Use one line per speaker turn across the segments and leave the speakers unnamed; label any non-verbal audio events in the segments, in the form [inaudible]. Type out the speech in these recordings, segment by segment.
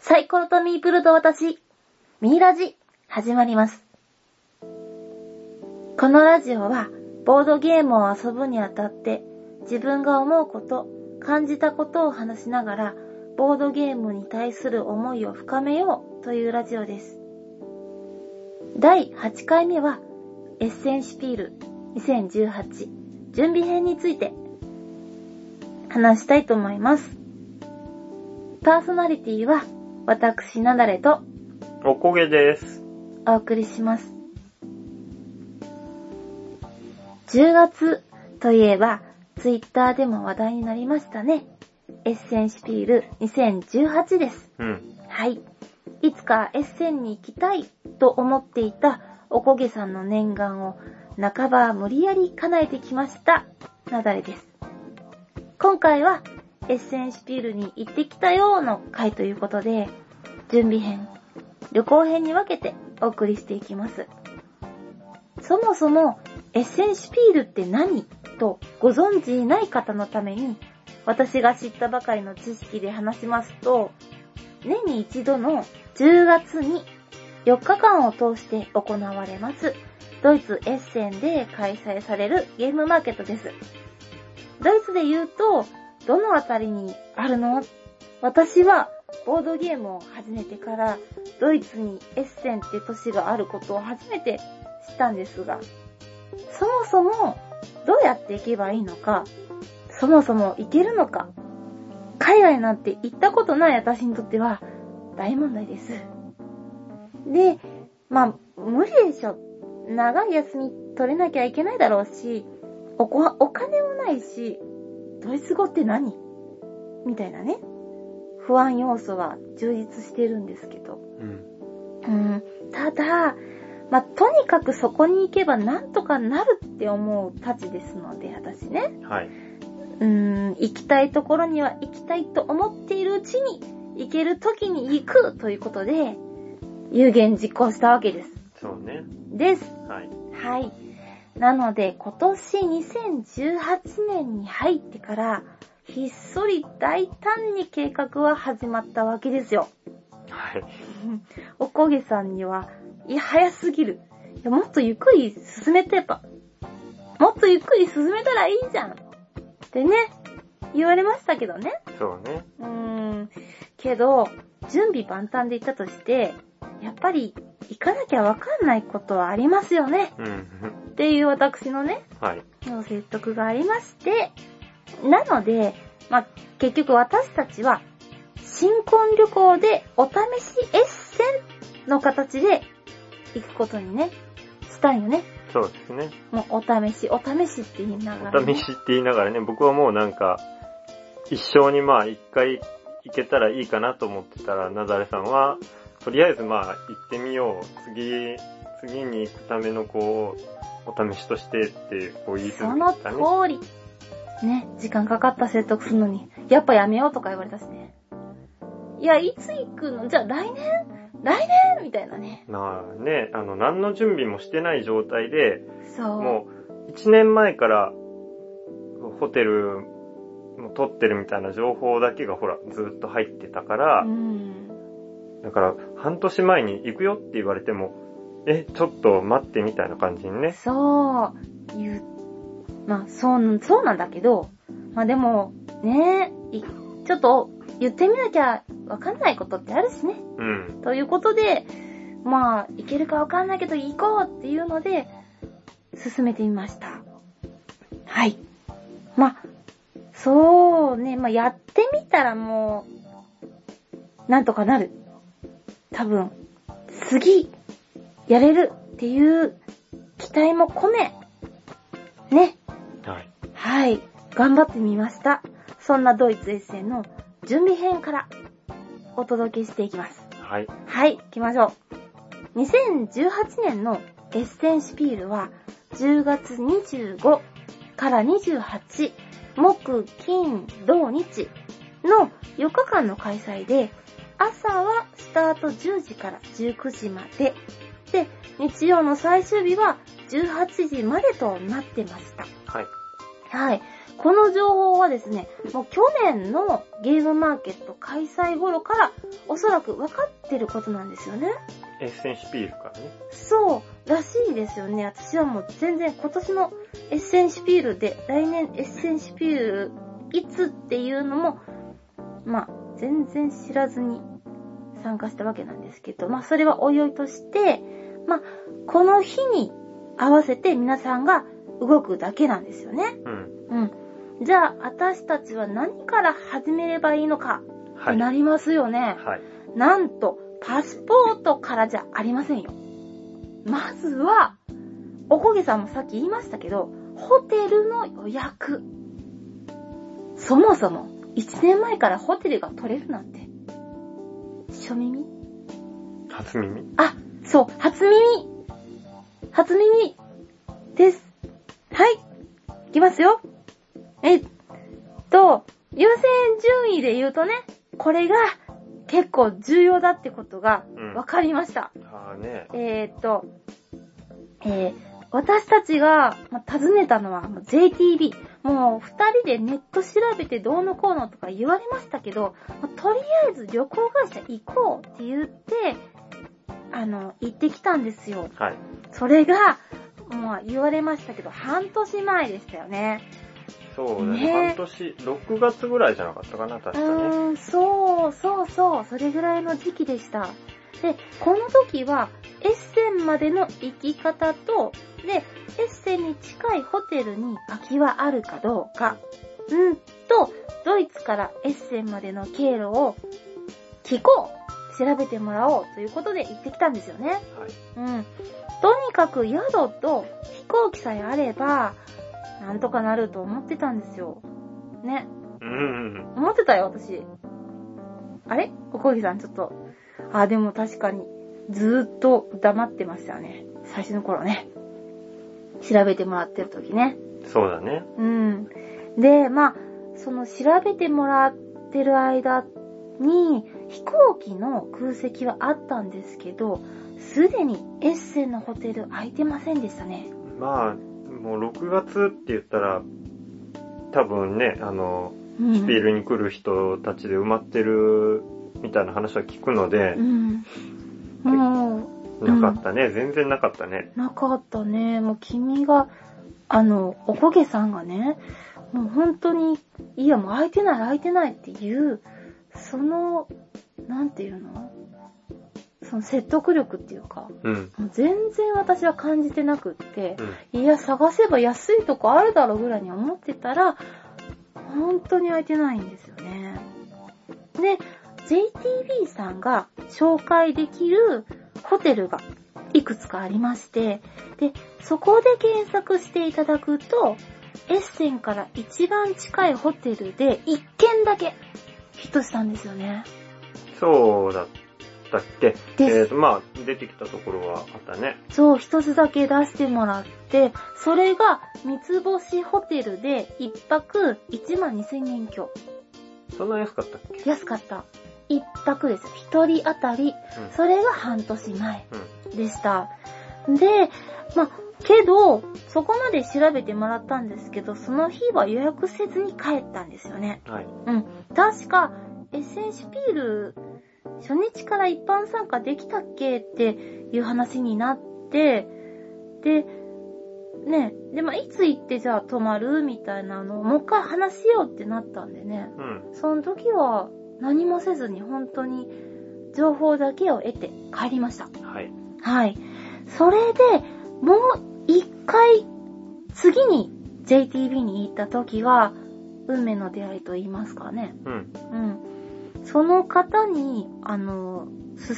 サイコロとミープルと私、ミーラジ、始まります。このラジオは、ボードゲームを遊ぶにあたって、自分が思うこと、感じたことを話しながら、ボードゲームに対する思いを深めようというラジオです。第8回目は、エッセンシピール2018準備編について話したいと思います。パーソナリティは私なだれと
おこげです。
お送りします。10月といえば、ツイッターでも話題になりましたね。エッセンシピール2018です。
うん。
はい。いつかエッセンに行きたいと思っていたおこげさんの念願を半ば無理やり叶えてきました。なだれです。今回はエッセンシピールに行ってきたよーの回ということで、準備編、旅行編に分けてお送りしていきます。そもそもエッセンシピールって何とご存知ない方のために私が知ったばかりの知識で話しますと、年に一度の10月に4日間を通して行われますドイツエッセンで開催されるゲームマーケットです。ドイツで言うと、どのあたりにあるの私はボードゲームを始めてからドイツにエッセンって都市があることを初めて知ったんですが、そもそもどうやって行けばいいのか、そもそも行けるのか、海外なんて行ったことない私にとっては大問題です。で、まあ、無理でしょ。長い休み取れなきゃいけないだろうし、おこは、お金もないし、ドイツ語って何みたいなね。不安要素は充実してるんですけど。
うん。
うん、ただ、まあ、とにかくそこに行けばなんとかなるって思うたちですので、私ね。
はい。
うん、行きたいところには行きたいと思っているうちに、行ける時に行くということで、有言実行したわけです。
そうね。
です。
はい。
はい。なので、今年2018年に入ってから、ひっそり大胆に計画は始まったわけですよ。
はい。
おこげさんには、いや、早すぎる。いや、もっとゆっくり進めてば、もっとゆっくり進めたらいいじゃん。ってね、言われましたけどね。
そうね。
うーん。けど、準備万端で行ったとして、やっぱり行かなきゃわかんないことはありますよね。
うん。
っていう私のね、
はい。
の説得がありまして、なので、まあ、結局私たちは、新婚旅行でお試しエッセンの形で行くことにね、したんよね。
そうですね。
もうお試し、お試しって言いながら、
お
ね。
試しって言いながらね、僕はもうなんか、一生にまあ一回行けたらいいかなと思ってたら、なだれさんは、とりあえずまあ行ってみよう。次、次に行くためのこう、お試しとしてって、こう言い
そ
続
の
けてたね。
通り。ね、時間かかった説得するのに、やっぱやめようとか言われたしね。いや、いつ行くのじゃあ来年来年みたいなね。
なあね、あの、何の準備もしてない状態で、
そう。
もう、1年前から、ホテルも取ってるみたいな情報だけがほら、ずっと入ってたから
う、ん。
だから、半年前に行くよって言われても、え、ちょっと待ってみたいな感じにね。
そう、言う。まあ、そうなん、そうなんだけど、まあでも、ねえ、いちょっと、言ってみなきゃわかんないことってあるしね。
うん。
ということで、まあ、いけるかわかんないけど行こうっていうので、進めてみました。はい。まあ、そうね、まあやってみたらもう、なんとかなる。多分、次、やれるっていう期待も込め、ね、
はい。
はい、頑張ってみました。そんなドイツエッセンの準備編からお届けしていきます。
はい。
はい、行きましょう。2018年のエッセンシピールは10月25から28木、金、土、日の4日間の開催で朝はスタート10時から19時までで日曜の最終日は18時までとなってました。
はい。
はい。この情報はですね、もう去年のゲームマーケット開催頃からおそらく分かってることなんですよね。
エッセンシピールからね。
そう、らしいですよね。私はもう全然今年のエッセンシピールで、来年エッセンシピールいつっていうのも、まあ、全然知らずに参加したわけなんですけど、まあ、それはおいおいとして、まあ、この日に合わせて皆さんが動くだけなんですよね。
うん。
うん。じゃあ、私たちは何から始めればいいのか、っ
は
て
い。
なりますよね。
はい。
なんと、パスポートからじゃありませんよ。まずは、おこげさんもさっき言いましたけど、ホテルの予約。そもそも、1年前からホテルが取れるなんて。初耳
初耳。
あ、そう、初耳初耳です。はい。いきますよ。えっと、優先順位で言うとね、これが結構重要だってことが
うん
分かりました。
あーね。
えーっと、えー私たちがまあ訪ねたのはまあ JTB。もう二人でネット調べてどうのこうのとか言われましたけど、まあとりあえず旅行会社行こうって言って、あの、行ってきたんですよ。
はい。
それが、まあ言われましたけど、半年前でしたよね。
そうだ
ね
ね。半年、6月ぐらいじゃなかったかな、確
う
かね。
ーん、そうそうそう、それぐらいの時期でした。で、この時は、エッセンまでの行き方と、で、エッセンに近いホテルに空きはあるかどうか、うんと、ドイツからエッセンまでの経路を聞こう調べてもらおうということで行ってきたんですよね。
はい。
うん。とにかく宿と飛行機さえあれば、なんとかなると思ってたんですよ。ね。
うん。
思ってたよ、私。あれおこぎさん、ちょっと。あ、でも確かに、ずーっと黙ってましたよね。最初の頃ね。調べてもらってる時ね。
そうだね。
うん。で、まあ、その調べてもらってる間に、飛行機の空席はあったんですけど、すでにエッセンのホテル空いてませんでしたね。
まあ、もう6月って言ったら、多分ね、あの、
うん。
ビールに来る人たちで埋まってるみたいな話は聞くので
う、ん。もう、うん
なかったね。全然なかったね。
なかったね。もう君が、あの、おこげさんがね、もう本当に、いやもう空いてない空いてないっていう、その、なんていうのその説得力っていうか、
うん。
もう全然私は感じてなくって
う、ん。
いや探せば安いとこあるだろうぐらいに思ってたら、本当に空いてないんですよね。で、JTB さんが紹介できるホテルがいくつかありまして、で、そこで検索していただくと、エッセンから一番近いホテルで1軒だけヒットしたんですよね。
そうだったっけ
です
えっ、と、まあ、出てきたところはあったね。
そう、一つだけ出してもらって、それが三つ星ホテルで一泊1万2000円強。
そんな安かったっけ
安かった。一泊ですよ。一人当たり。
うん
それが半年前
うん。
でした。で、まあ、けど、そこまで調べてもらったんですけど、その日は予約せずに帰ったんですよね。
はい。
うん。確か、エッセンシピール、初日から一般参加できたっけっていう話になって、で、ね、で、まあ、いつ行ってじゃあ泊まるみたいなのをもう一回話しようってなったんでね。
うん。
その時は何もせずに本当に情報だけを得て帰りました。
はい。
はい。それで、もう一回、次に JTB に行った時は、運命の出会いと言いますかね。
うん。
うん。その方に、あの、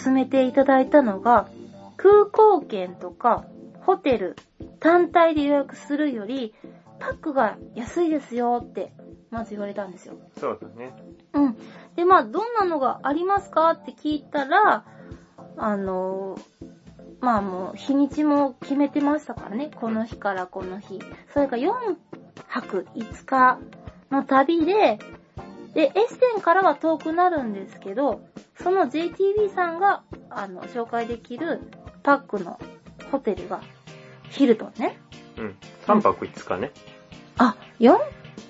勧めていただいたのが、空港券とか、ホテル単体で予約するより、パックが安いですよって、まず言われたんですよ。
そうだね。
うん。で、まあ、どんなのがありますかって聞いたら、あのーまあもう、日にちも決めてましたからね。この日からこの日。それが4泊5日の旅で、で、エッセンからは遠くなるんですけど、その JTB さんが、あの、紹介できるパックのホテルが、ヒルトンね。
うん。3泊5日ね。
あ、4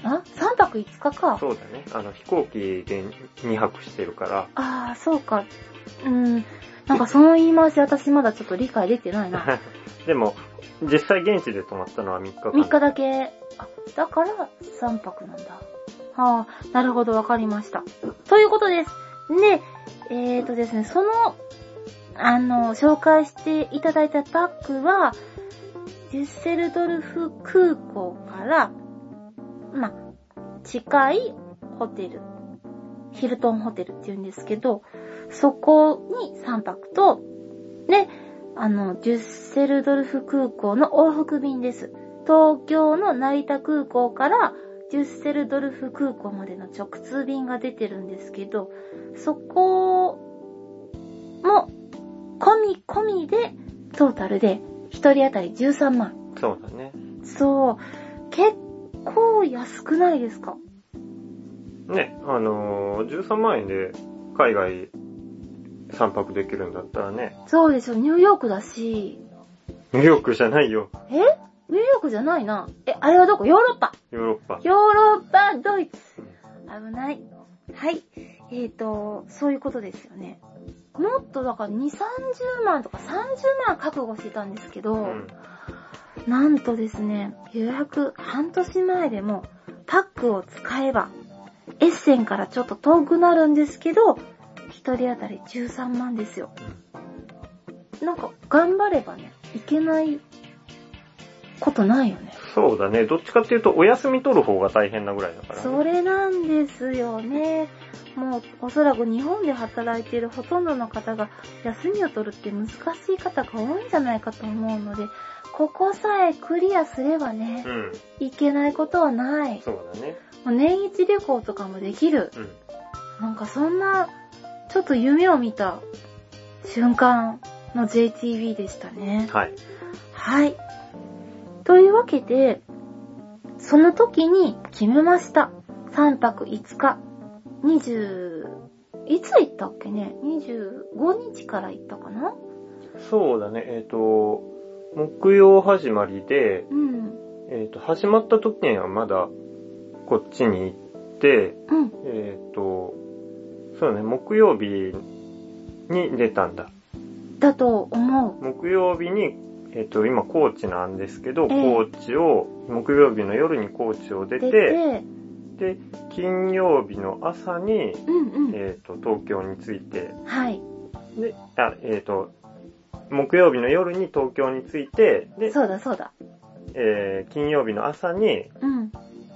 あ ?3 泊5日か。
そうだね。あの、飛行機で2泊してるから。
ああ、そうか。うん。なんかその言い回し私まだちょっと理解できてないな。
[laughs] でも、実際現地で泊まったのは3日間。
3日だけ。あ、だから3泊なんだ。はあ、なるほど、わかりました。ということです。で、えーとですね、その、あの、紹介していただいたパックは、デュッセルドルフ空港から、まあ、近いホテル、ヒルトンホテルって言うんですけど、そこに3泊と、で、あの、デュッセルドルフ空港の往復便です。東京の成田空港からデュッセルドルフ空港までの直通便が出てるんですけど、そこも込み込みでトータルで1人当たり13万。
そうだね。
そう。結構安くないですか
ね、あのー、13万円で海外3泊できるんだったらね、
そうでしょ、ニューヨークだし。
ニューヨークじゃないよ。
えニューヨークじゃないな。え、あれはどこヨーロッパ
ヨーロッパ。
ヨーロッパ、ドイツ。危ない。はい。えーと、そういうことですよね。もっとだから2、30万とか30万覚悟してたんですけど、
うん。
なんとですね、予約半年前でもパックを使えば、エッセンからちょっと遠くなるんですけど、一人当たり13万ですよ。なんか頑張ればね、いけないことないよね。
そうだね。どっちかっていうと、お休み取る方が大変なぐらいだから、ね。
それなんですよね。もう、おそらく日本で働いているほとんどの方が、休みを取るって難しい方が多いんじゃないかと思うので、ここさえクリアすればね、
うん。
いけないことはない。
そうだね。
もう年一旅行とかもできる。
うん。
なんかそんな、ちょっと夢を見た瞬間の JTB でしたね。
はい。
はい。というわけで、その時に決めました。3泊5日。20、いつ行ったっけね ?25 日から行ったかな
そうだね。えっ、と、木曜始まりで、
うん。
えっ、と、始まった時にはまだ、こっちに行って、
うん。
えっ、と、そうだね、木曜日に出たんだ。
だと思
木曜日に、えっ、と、今、高知なんですけど、
ええ
高知を、木曜日の夜に高知を
う。
出
出
て、
て、
で、金曜日の朝に、
うんうん。
えっ、と、東京に着いて、
はい。
で、あ、えっ、と、木曜日の夜に東京に着いて、で、
そうだそうだ。
えー金曜日の朝に
うん。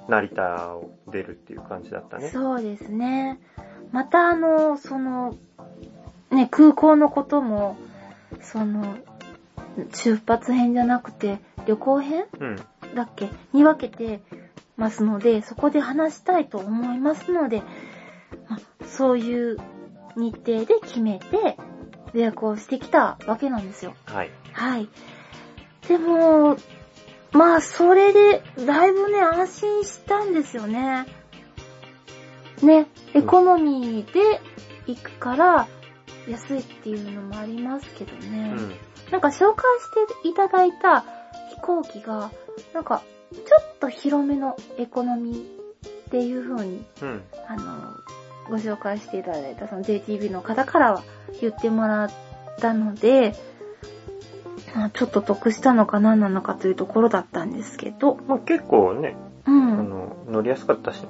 成田を出るっていう感じだったね。
そうですね。またあの、その、ね、空港のことも、その、出発編じゃなくて、旅行編
うん。
だっけに分けてますので、そこで話したいと思いますので、まあそういう日程で決めて予約をしてきたわけなんですよ。
はい。
はい。でも、まあ、それで、だいぶね、安心したんですよね。ね、エコノミーで行くから、安いっていうのもありますけど
う
ね。
ん。
なんか紹介していただいた飛行機が、なんか、ちょっと広めのエコノミーっていう風に
うん。
あの、ご紹介していただいたその JTB の方からは言ってもらったので、まあちょっと得したのか何なのかというところだったんですけど、
まあ結構ね、
う
あ
ん。
の、乗りやすかったしね。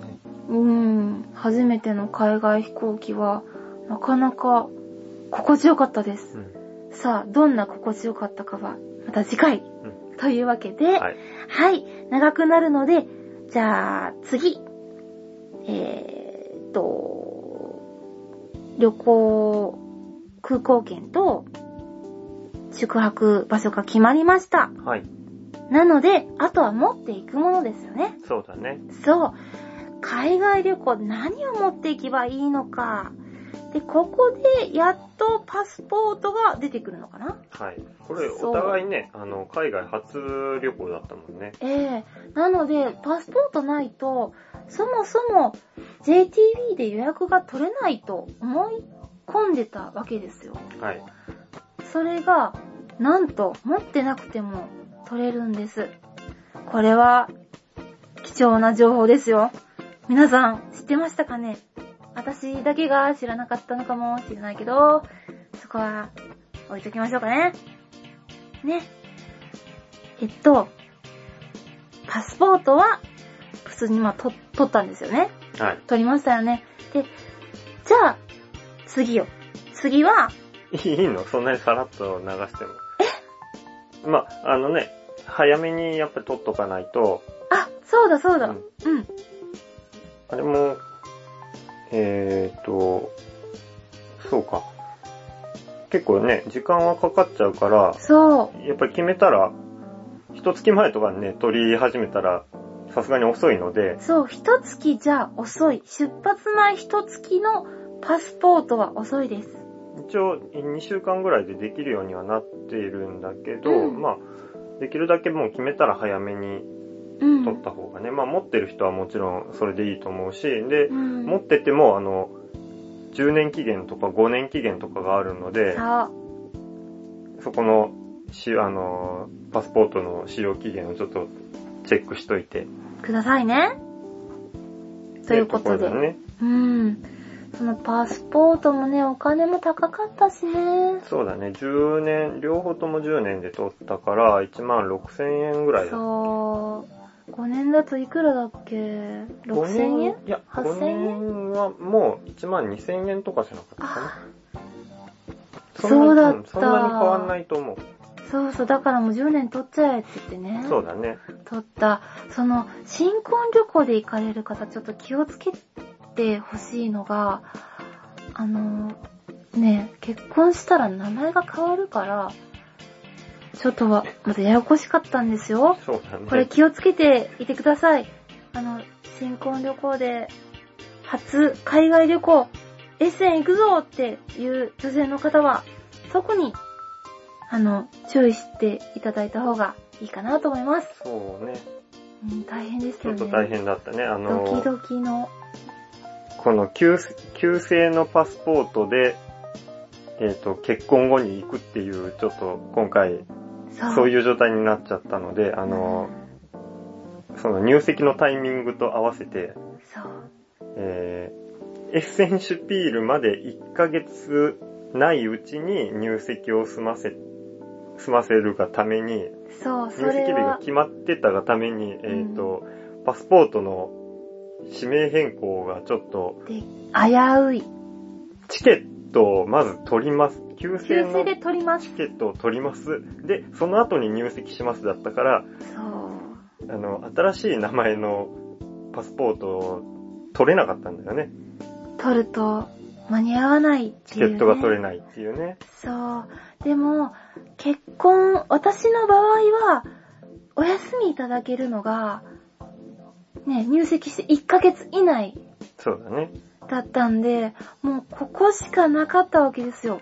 うん。初めての海外飛行機は、なかなか心地よかったです
う。ん。
さあ、どんな心地よかったかは、また次回。
う
というわけで、
はい。
はい、長くなるので、じゃあ、次。えーっと、旅行、空港券と、宿泊場所が決まりました。
はい。
なので、あとは持っていくものですよね。
そうだね。
そう。海外旅行何を持っていけばいいのか。で、ここでやっとパスポートが出てくるのかな
はい。これ、
そう
お互いね、あの、海外初旅行だったもんね。
ええなので、パスポートないと、そもそも JTB で予約が取れないと思い込んでたわけですよ。
はい。
それが、なんと、持ってなくても取れるんです。これは、貴重な情報ですよ。皆さん、知ってましたかね私だけが知らなかったのかもしれないけど、そこは置いときましょうかね。ね。えっと、パスポートは、普通にまあ、と、取ったんですよね。
はい。
取りましたよね。で、じゃあ、次よ。次は、
いいのそんなにさらっと流しても。まあ、あのね、早めにやっぱり取っとかないと、
あ、そうだそうだ。
う
うんん。
あれも、えーと、そうか。結構ね、時間はかかっちゃうから、
そう。
やっぱり決めたら、一月前とかにね、取り始めたら、さすがに遅いので、
そう、一月じゃ遅い。出発前一月のパスポートは遅いです。
一応2週間ぐらいでできるようにはなっているんだけど、
うん
まあ、できるだけもう決めたら早めに
うん。
取った方がね、まあ持ってる人はもちろんそれでいいと思うし、で、
うん。
持ってても、あの、10年期限とか5年期限とかがあるので、
そう。
そこの、し、あの、パスポートの使用期限をちょっとチェックしといて。
くださいね。ということ
って
で。
ろだね。
うん。そのパスポートもね、お金も高かったしね。
そうだね、10年、両方とも10年で取ったから、1万6000円ぐらいだった。
そう。5年だといくらだっけ ?6000 円
いや、
8000
5年はもう1万2000円とかじゃなかったかな。んな
そうだった
んそんなに変わんないと思う。
そうそう、だからもう10年取っちゃえって言ってね。
そうだね。
取った、その、新婚旅行で行かれる方、ちょっと気をつけてほしいのが、あの、ね、結婚したら名前が変わるから、ちょっとは、またややこしかったんですよ。
そうだね。
これ気をつけていてください。あの、新婚旅行で、初海外旅行、エッセン行くぞっていう女性の方は、特に、あの、注意していただいた方がいいかなと思います。
そうね。
うん、大変でし
ち
た
ょ
よ
っ
ね。
と大変だったね。あの、
ドキドキの。
この旧、旧姓のパスポートで、えっ、と、結婚後に行くっていう、ちょっと今回、
そう。
そう
う。
いう状態になっちゃったので、あの、その入籍のタイミングと合わせて、
そう。
えーエッセンシュピールまで1ヶ月ないうちに入籍を済ませ、済ませるがために、
そう、そ
入籍日
れ
が
は、
決まってたがために、えっ、と、パスポートの指名変更がちょっと、
で、危うい。
チケットをまず取ります。旧
急
姓
性
の
で
チ
取ります。
ケットを取ります。で、その後に入籍しますだったから、
そう。
あの、新しい名前のパスポートを取れなかったんだよね。
取ると、間に合わないって
チ
い
ケ
う、ね。
ットが取れないっていうね。
そう。でも、結婚、私の場合は、お休みいただけるのが、ね、入籍して1ヶ月以内
そうだね。
だったんで、もうここしかなかったわけですよ。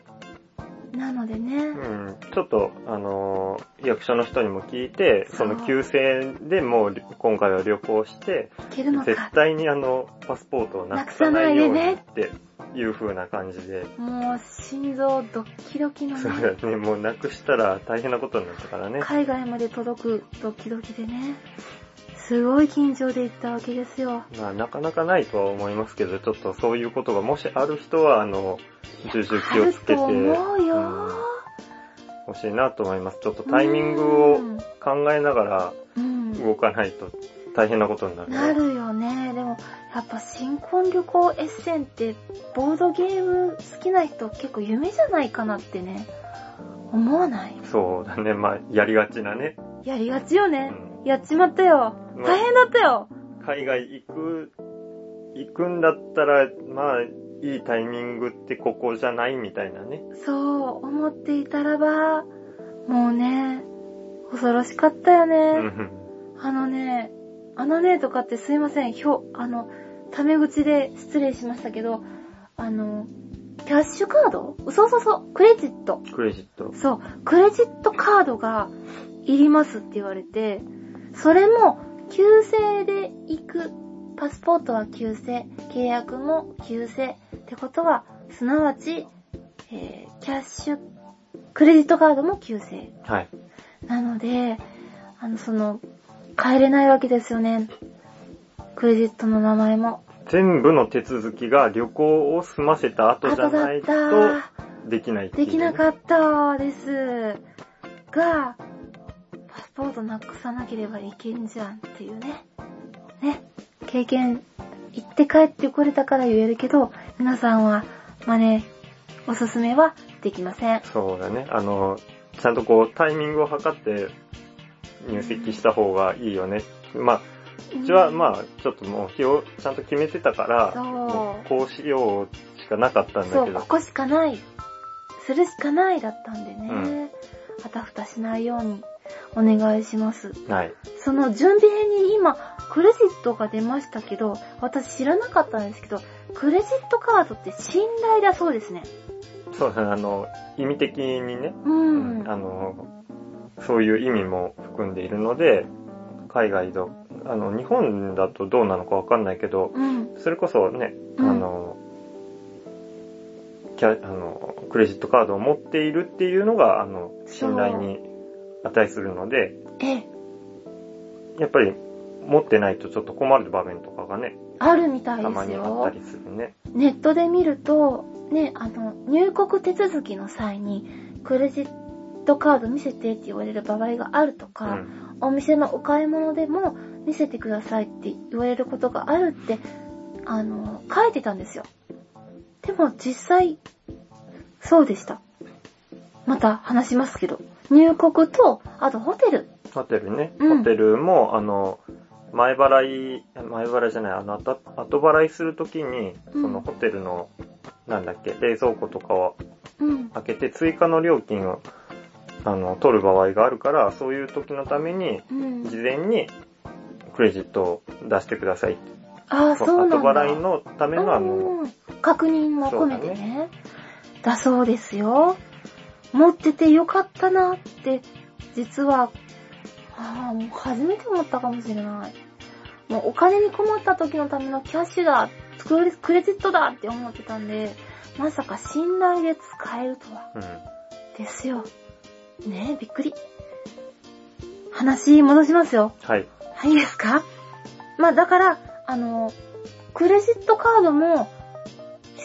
なので
う
ね、
ん。ちょっと、あのー役所の人にも聞いて、その
そう
旧姓でもう今回は旅行して、
行けるの
絶
か。
対にあの、パスポートをなくさないようにっていう風な感じで。
もう心臓ドッキドキの
そう
ね、
だね。もうなくしたら大変なことになったからね。
海外まで届くドキドキでね、すごい緊張で行ったわけですよ。
まあ、なかなかないとは思いますけど、ちょっとそういうことがもしある人は、あの、重々
あ
気を
る
つけて、
と思うよ
うん欲しいなと思います。ちょっとタイミングを考えながら
うん
動かないと大変なことになるね。
なるよね。でも、やっぱ新婚旅行エッセンって、ボードゲーム好きな人結構夢じゃないかなってね、思わない
そうだね。まあ、やりがちなね。
やりがちよ
う
ね。
ん、
やっちまったよ。
うん
大変だったよ。
海外行く、行くんだったら、まあ、いいタイミングってここじゃないみたいなね。
そう思っていたらば、もうね、恐ろしかったよ
う
ね。
ん。
あのね、あのねとかってすいません、ひょ、あの、タメ口で失礼しましたけど、あの、キャッシュカードそうそうそう、クレジット。
クレジット。
そう、クレジットカードがいりますって言われて、それも、旧姓で行く、パスポートは旧姓、契約も旧姓ってことは、すなわち、えーキャッシュ、クレジットカードも旧姓。
はい。
なので、あの、その、帰れないわけですよね。クレジットの名前も。
全部の手続きが旅行を済ませた後じゃ
後だ
な
っ
いと
た。
できないっていう
でき
ね
なかったです。が、パスポートなくさなければいけんじゃんっていうね。ね。経験、行って帰ってこれたから言えるけど、皆さんは、真似、おすすめはできません。
そうだね。あの、ちゃんとこう、タイミングを測って入籍した方がいいよね。まあ、うちはまあ、ちょっともう日をちゃんと決めてたから、も
そ
うこうしようしかなかったん
う。
だ
そ
け
う、こ
ど、
こしかない。するしかないだったんでね。
うん
あたふたしないようにお願いします。
ない。
その準備編に今、クレジットが出ましたけど、私知らなかったんですけど、クレジットカードって信頼だそうですね。
そうだね。あの、意味的にね、
う。
うんあの、そういう意味も含んでいるので、海外と、あの、日本だとどうなのかわかんないけど、
うん。
それこそね、あ
うん
の、キャあの、クレジットカードを持っているっていうのが、あの、信頼に値するので、
え、
やっぱり持ってないとちょっと困る場面とかがね、
あるみたい
た
で
ますにあった
よ。
りするね。
ネットで見ると、ね、あの、入国手続きの際に、クレジットカード見せてって言われる場合があると
う
か、
ん。
お店のお買い物でも見せてくださいって言われることがあるって、あの、書いてたんですよ。でも実際、そうでした。また話しますけど。入国と、あとホテル。
ホテルね、
うん
ホテルも、あの、前払い、前払いじゃない、あの、後後払いするときに、
うん
そのホテルの、なんだっけ、冷蔵庫とかを
うん。
開けて追加の料金を、あの、取る場合があるから、そういう時のために、
うん。
事前にクレジットを出してください。
ああ、そうなんだ。
後払いのためのあの、
うん確認も込めて
そうだ
ねだそうですよ。持っててよかったなって、実は、ああ、もう初めて思ったかもしれない。もうお金に困った時のためのキャッシュだ、クレクレジットだって思ってたんで、まさか信頼で使えるとは。
うん、
ですよ。ねえ、びっくり。話戻しますよ。
はい。
はいいですかまあだから、あの、クレジットカードも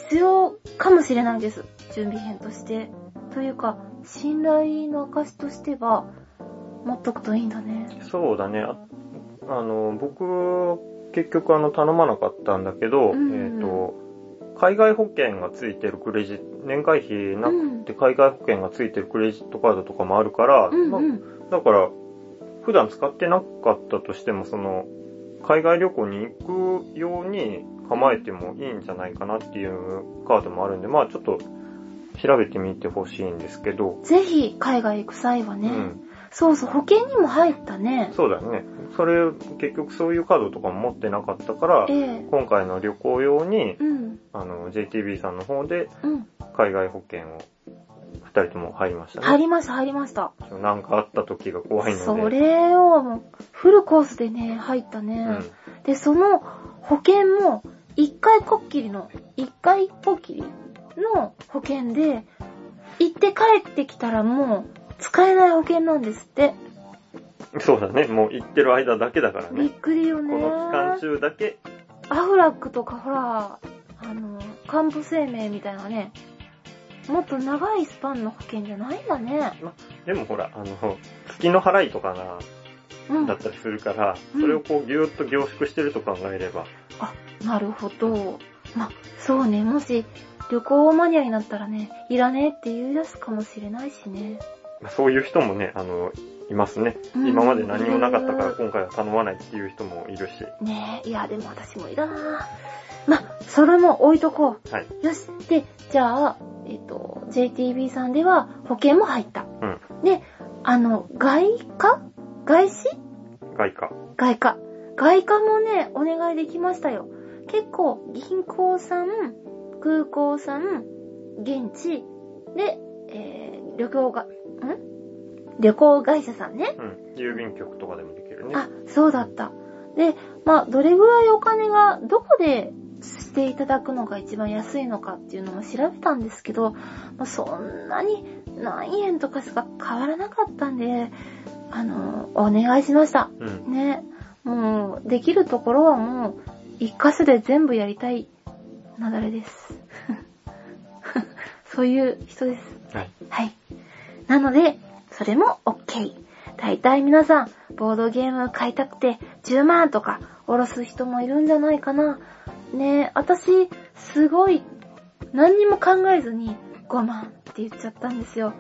必要かもしれないです。準備編として。というか、信頼の証としては、持っとくといいんだね。
そうだね。ああの、僕、結局あの、頼まなかったんだけど、
うん
えっ、と、海外保険がついてるクレジット、年会費な
う
く
ん。
て海外保険がついてるクレジットカードとかもあるから、
うん
ま
うん。
だから、普段使ってなかったとしても、その、海外旅行に行くように構えてもいいんじゃないかなっていうカードもあるんで、まあちょっと調べてみてほしいんですけど、
ぜひ、海外行く際は
う
ね、
ん。
そうそう、保険にも入ったね。
そうだね。それ、結局そういうカードとかも持ってなかったから
え、え
今回の旅行用に、
うん。
あの、JTB さんの方で
うん。
海外保険を二人とも入りましたね。
入りました、入りました。
なんかあった時が怖いので。
それを、もうフルコースでね、入ったね。
うん。
で、その保険も、一回こっきりの、一回こっきりの保険で、行って帰ってきたらもう、使えない保険なんですって。
そうだね。もう行ってる間だけだから
び
ね
っ。くりよね。
この期間中だけ、
アフラックとかほら、あの、幹部生命みたいなね、もっと長いスパンの保険じゃないんだね。
でもほら、あの、月の払いとかな、
うん
だっ。たりするから、
うん
それをこうぎゅーっと凝縮してると考えれば、
あ、なるほど。ま、そうね、もし、旅行マニアになったらね、いらねえって言い出すかもしれないしね。
まあそういう人もね、あの、いますね。
うん
今まで何もなかったか
い
ら
る
今回は頼まないっていう人もいるし、
ねえ、いや、でも私もいらなま、それも置いとこ
はい。
う。よし。で、じゃあ、えっ、と、JTB さんでは保険も入った。
うん。
で、あの、外貨外資
外貨。
外貨。外貨もね、お願いできましたよ。結構、銀行さん、空港さん、現地、で、えー、旅行が、ん旅行会社さんね。
うん。郵便局とかでもできるね。
あ、そうだった。で、まあ、どれぐらいお金が、どこでしていただくのが一番安いのかっていうのも調べたんですけど、まあ、そんなに何円とかしか変わらなかったんで、あの、お願いしました。
うん。
ね。もう、できるところはもう、一箇所で全部やりたい、なだれです。 [laughs] そういう人です。
はい。
はい。なので、それも OK。大体皆さん、ボードゲーム買いたくて10万とかおろす人もいるんじゃないかな。ねえ、私、すごい、何にも考えずに5万って言っちゃったんですよ。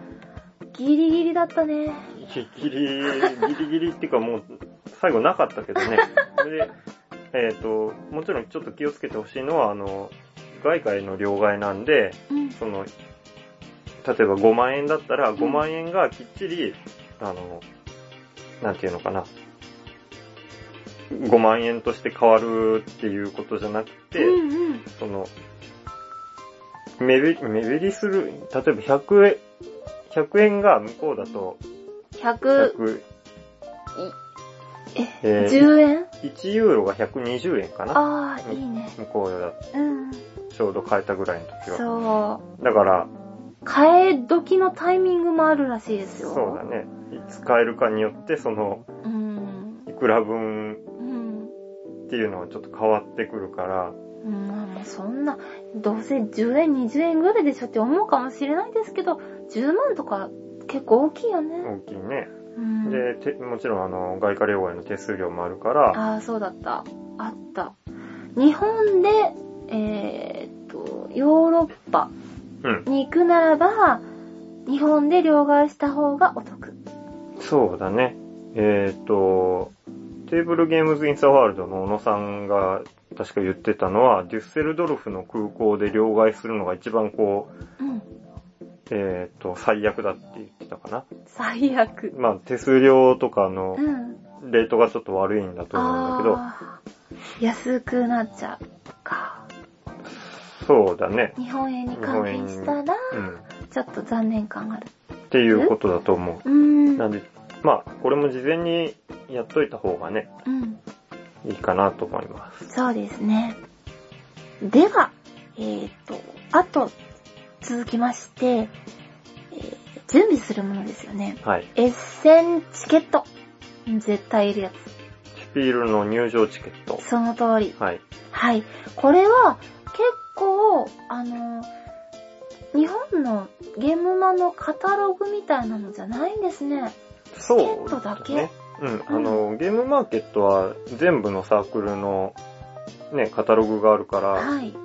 ギリギリだったね。
ギリギリ、ギリギリっていうかもう、最後なかったけどね。それで、えっ、と、もちろんちょっと気をつけてほしいのは、あの、外貨の両替なんで、
うん。
その、例えば5万円だったら、5万円がきっちり、あの、なんていうのかな。5万円として変わるっていうことじゃなくて、
うんうん。
その、目減り、目減りする、例えば100円、100円が向こうだと、
100、
100、
え、
えー
10円
1ユーロが120円かな
ああ、いいね。
向こうだ
うん。
ちょうど買えたぐらいの時は。
そう。
だから、
替え時のタイミングもあるらしいですよ。
そうだね。いつ買えるかによって、その、
うん。
いくら分
うん。
っていうのはちょっと変わってくるから、
うんまあもうそんな、どうせ10円、20円ぐらいでしょって思うかもしれないですけど、10万とか結構大きいよね。
大きいね。
うん。
で、てもちろん、あの、外貨両替の手数料もあるから、
ああ、そうだった。あった。日本で、えーっと、ヨーロッパ
うん。
に行くならば、日本で両替した方がお得。
そうだね。えっ、と、テーブルゲームズ・イン・ザ・ワールドの小野さんが確か言ってたのは、デュッセルドルフの空港で両替するのが一番こう、
うん。
えっ、と、最悪だって言ってたかな。
最悪。
まあ、手数料とかの
うん。
レートがちょっと悪いんだと思うんだ
あー安くなっちゃうか。
けど、そうだね。
日本円に換金したら、
うん。
ちょっと残念感がある。
っていうことだと思
うー
う。
ん。
なんで、まあ、これも事前にやっといた方がね、
うん。
いいかなと思います。
そうですね。では、えー、と、あと、続きまして、えー準備するものですよね。
はい。
エッセンチケット。絶対いるや
シュピールの入場チケット
つ。。その通り。
はい。
はい。これは結構、あの、日本のゲームマのカタログみたいなのじゃないんですね。
そう、
チケットだけ
うん。あの、ゲームマーケットは全部のサークルの、ね、カタログがあるから、
はい。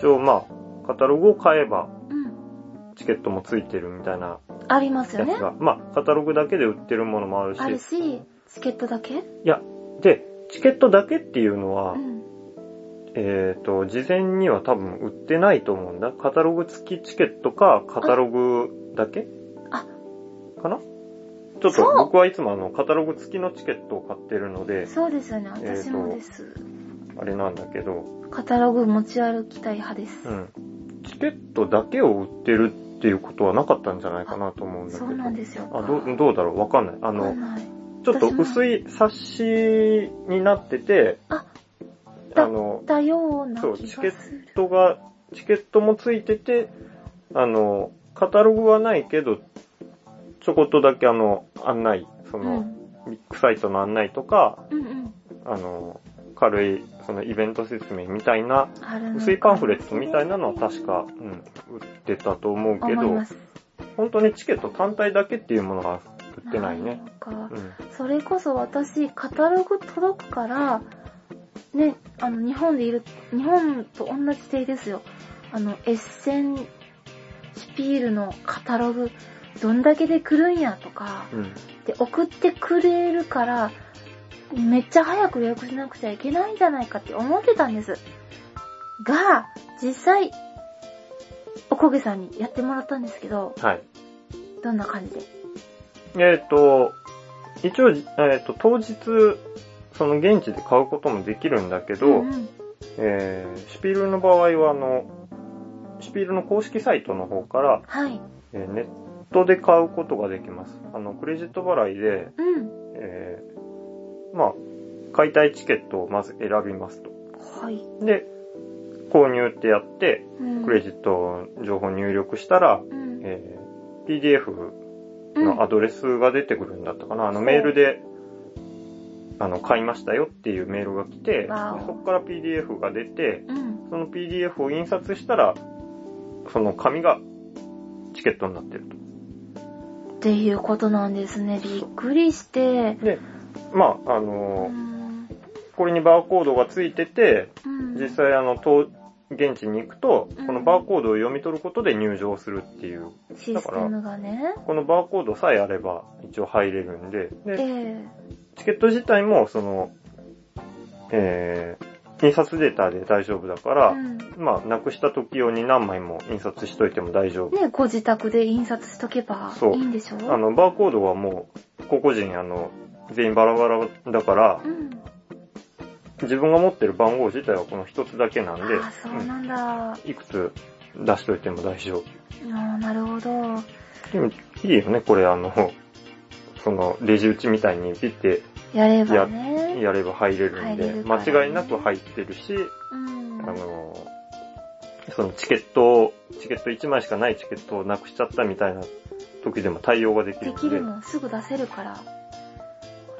一応まあ、カタログを買えば、
うん。
チケットもついてるみたいな
ありますよ
やつ
ね。
が、まあ、カタログだけで売ってるものもあるし、
あるし、チケットだけ
いや、で、チケットだけっていうのは、
うん。
えっ、と、事前には多分売ってないと思うんだ。カタログ付きチケットか、カタログだけ
あ
かなちょっと
そう
僕はいつもあの、カタログ付きのチケットを買ってるので、
そうですよね。
えーと
私もです。
あれなんだけど、
カタログ持ち歩きたい派です。
うん。チケットだけを売ってるっていうことはなかったんじゃないかなと思うんだけ
そ
ど。
うなんですよ。
あ、どう、どうだろうわかんない。あ
わか
の
ん、ない
ちょっと薄い冊子になってて、
あだ
あの、
だような
そう
気
チ
が
ケ
する
チケッ。トが、チケットもついてて、あの、カタログはないけど、ちょこっとだけあの、案内、そ
うん。う
の、
ん
ビッグサイトの案内とか、
うん。
あの、軽い、そのイベント説明みたいな、
あるの
薄いパンフレットみたいなのは確か、うん、売ってたと思う
思
け
い
ど
ま、す。
本当にチケット単体だけっていうものが売ってないね。
んか
うん。
それこそ私、カタログ届くから、ね、あの、日本でいる、日本と同じ点ですよ。あの、エッセンスピールのカタログ、どんだけで来るんやとか、
うん。
で、送ってくれるから、めっちゃ早く予約しなくちゃいけないんじゃないかって思ってたんです。が、実際、おこげさんにやってもらったんですけど、
はい。
どんな感じで
えっ、と、一応、えっ、と、当日、その現地で買うこともできるんだけど、
んん
えーシュピールの場合は、あの、シュピールの公式サイトの方から、
はい。
えーネットで買うことができます。あの、クレジット払いで、
うん。
えーまあ、買いたいチケットをまず選びますと。
はい。
で、購入ってやって、
ク
クレジット情報入力したら、
うん
えー PDF
うん
のアドレスが出てくるんだったかな。あの、
そう
メールで、あの、買いましたよっていうメールが来て、
わお
そこから PDF が出て、
うん。
その PDF を印刷したら、その紙がチケットになってる
っていうことなんですね。びっくりして
と。。で、まあ、あ
う
のー
ん。
これにバーコードがついてて、
うん
実際あの、当現地に行くと
うん、
このバーコードを読み取ることで入場するっていう、
システムがね。
このバーコードさえあれば一応入れるんで、
え
で、
え
チケット自体も、その、えー、印刷データで大丈夫だから、
うん
まあ、なくした時用に何枚も印刷しといても大丈夫。
ね、ご自宅で印刷しとけば
そう
いいんでしょ
あの、バーコードはもう、個々人、あの、全員バラバラだから
う、ん。
自分が持ってる番号自体はこの一つだけなんで、
ああ、そうなんだ。あ
うんいくつ出しといても大丈夫。
あ、なるほど。
でも、いいよね、これ、あの、その、レジ打ちみたいにピッて
やればね。
やれば入れるん
入れ
で、
るからね
間違いなく入ってるし、
うん。
あの、そのチケットを、チケット1枚しかないチケットをなくしちゃったみたいな時でも対応ができる
で
ん
きるもん、すぐ出せるから。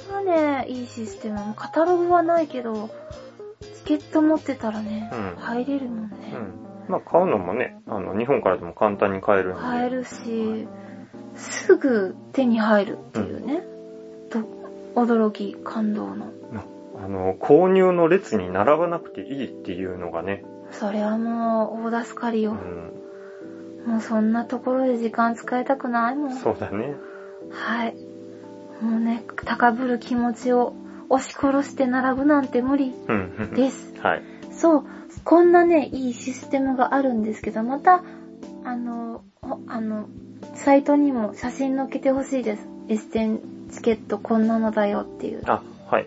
これはね、いいシステム。カタログはないけど、チケット持ってたらね、
うん
入れるもんね。
うん。まあ買うのもね、あの、日本からでも簡単に買えるんで。
買えるし、すぐ手に入るっていうね。と、驚き、感動の。
あの、購入の列に並ばなくていいっていうのがね、
それはもう、大助かり
う
よ。
ん、
もうそんなところで時間使いたくないもん。
そうだね。
はい。もうね、高ぶる気持ちを押し殺して並ぶなんて無理
うん。
です。
はい。
そう、こんなね、いいシステムがあるんですけど、また、あの、ほあの、サイトにも写真載っけてほしいです。エステンチケットこんなのだよっていう。
あ、はい。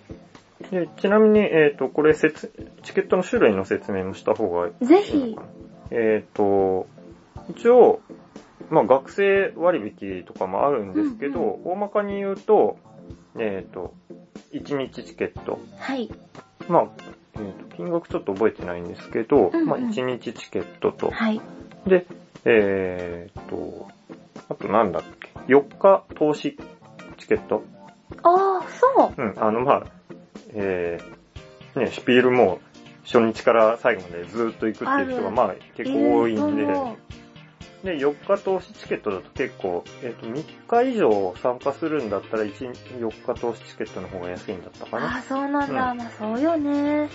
で、ちなみに、えっ、と、これ、説、チケットの種類の説明もした方がいい
ぜ
いい
ひ
のか、なえっ、と、一応、まあ、学生割引とかもあるんですけど、
うん
大まかに言うと、えっ、と、1日チケット。
はい。
まあ、えーと金額ちょっと覚えてないんですけど、
うんうん
まあ、1日チケットと、
はい。
で、えっ、と、あとなんだっけ、4日投資チケット。
ああ、そう。
うん、あの、まあ、えー、ね、シュピールも初日から最後までずーっと行くっていう人
あ
が、
る
まあ、結構多いんで、
えーと
で、4日投資チケットだと結構、えっ、と、3日以上参加するんだったら、1、4日投資チケットの方が安いんだったか
あ
な。
あ、そうなんだ。
うん
まあ、そうよね。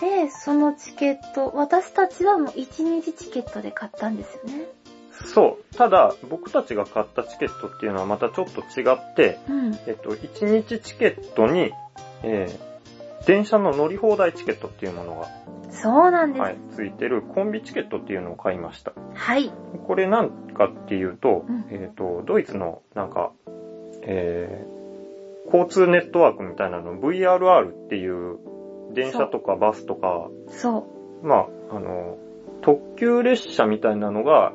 で、そのチケット、私たちはもう1日チケットで買ったんですよね。
そう。ただ、僕たちが買ったチケットっていうのはまたちょっと違って、
うん。
えっ、と、1日チケットに、えー電車の乗り放題チケットっていうもの
そうなんです。
が、
は
はいい、。ついてるコンビチケットっていうのを買いました。
はい。
これなんかっていうと、
うん
えっ、と、ドイツのなんか、えー、交通ネットワークみたいなの、VRR っていう、電車とかバスとか、
そう。
まあ、あの、特急列車みたいなのが、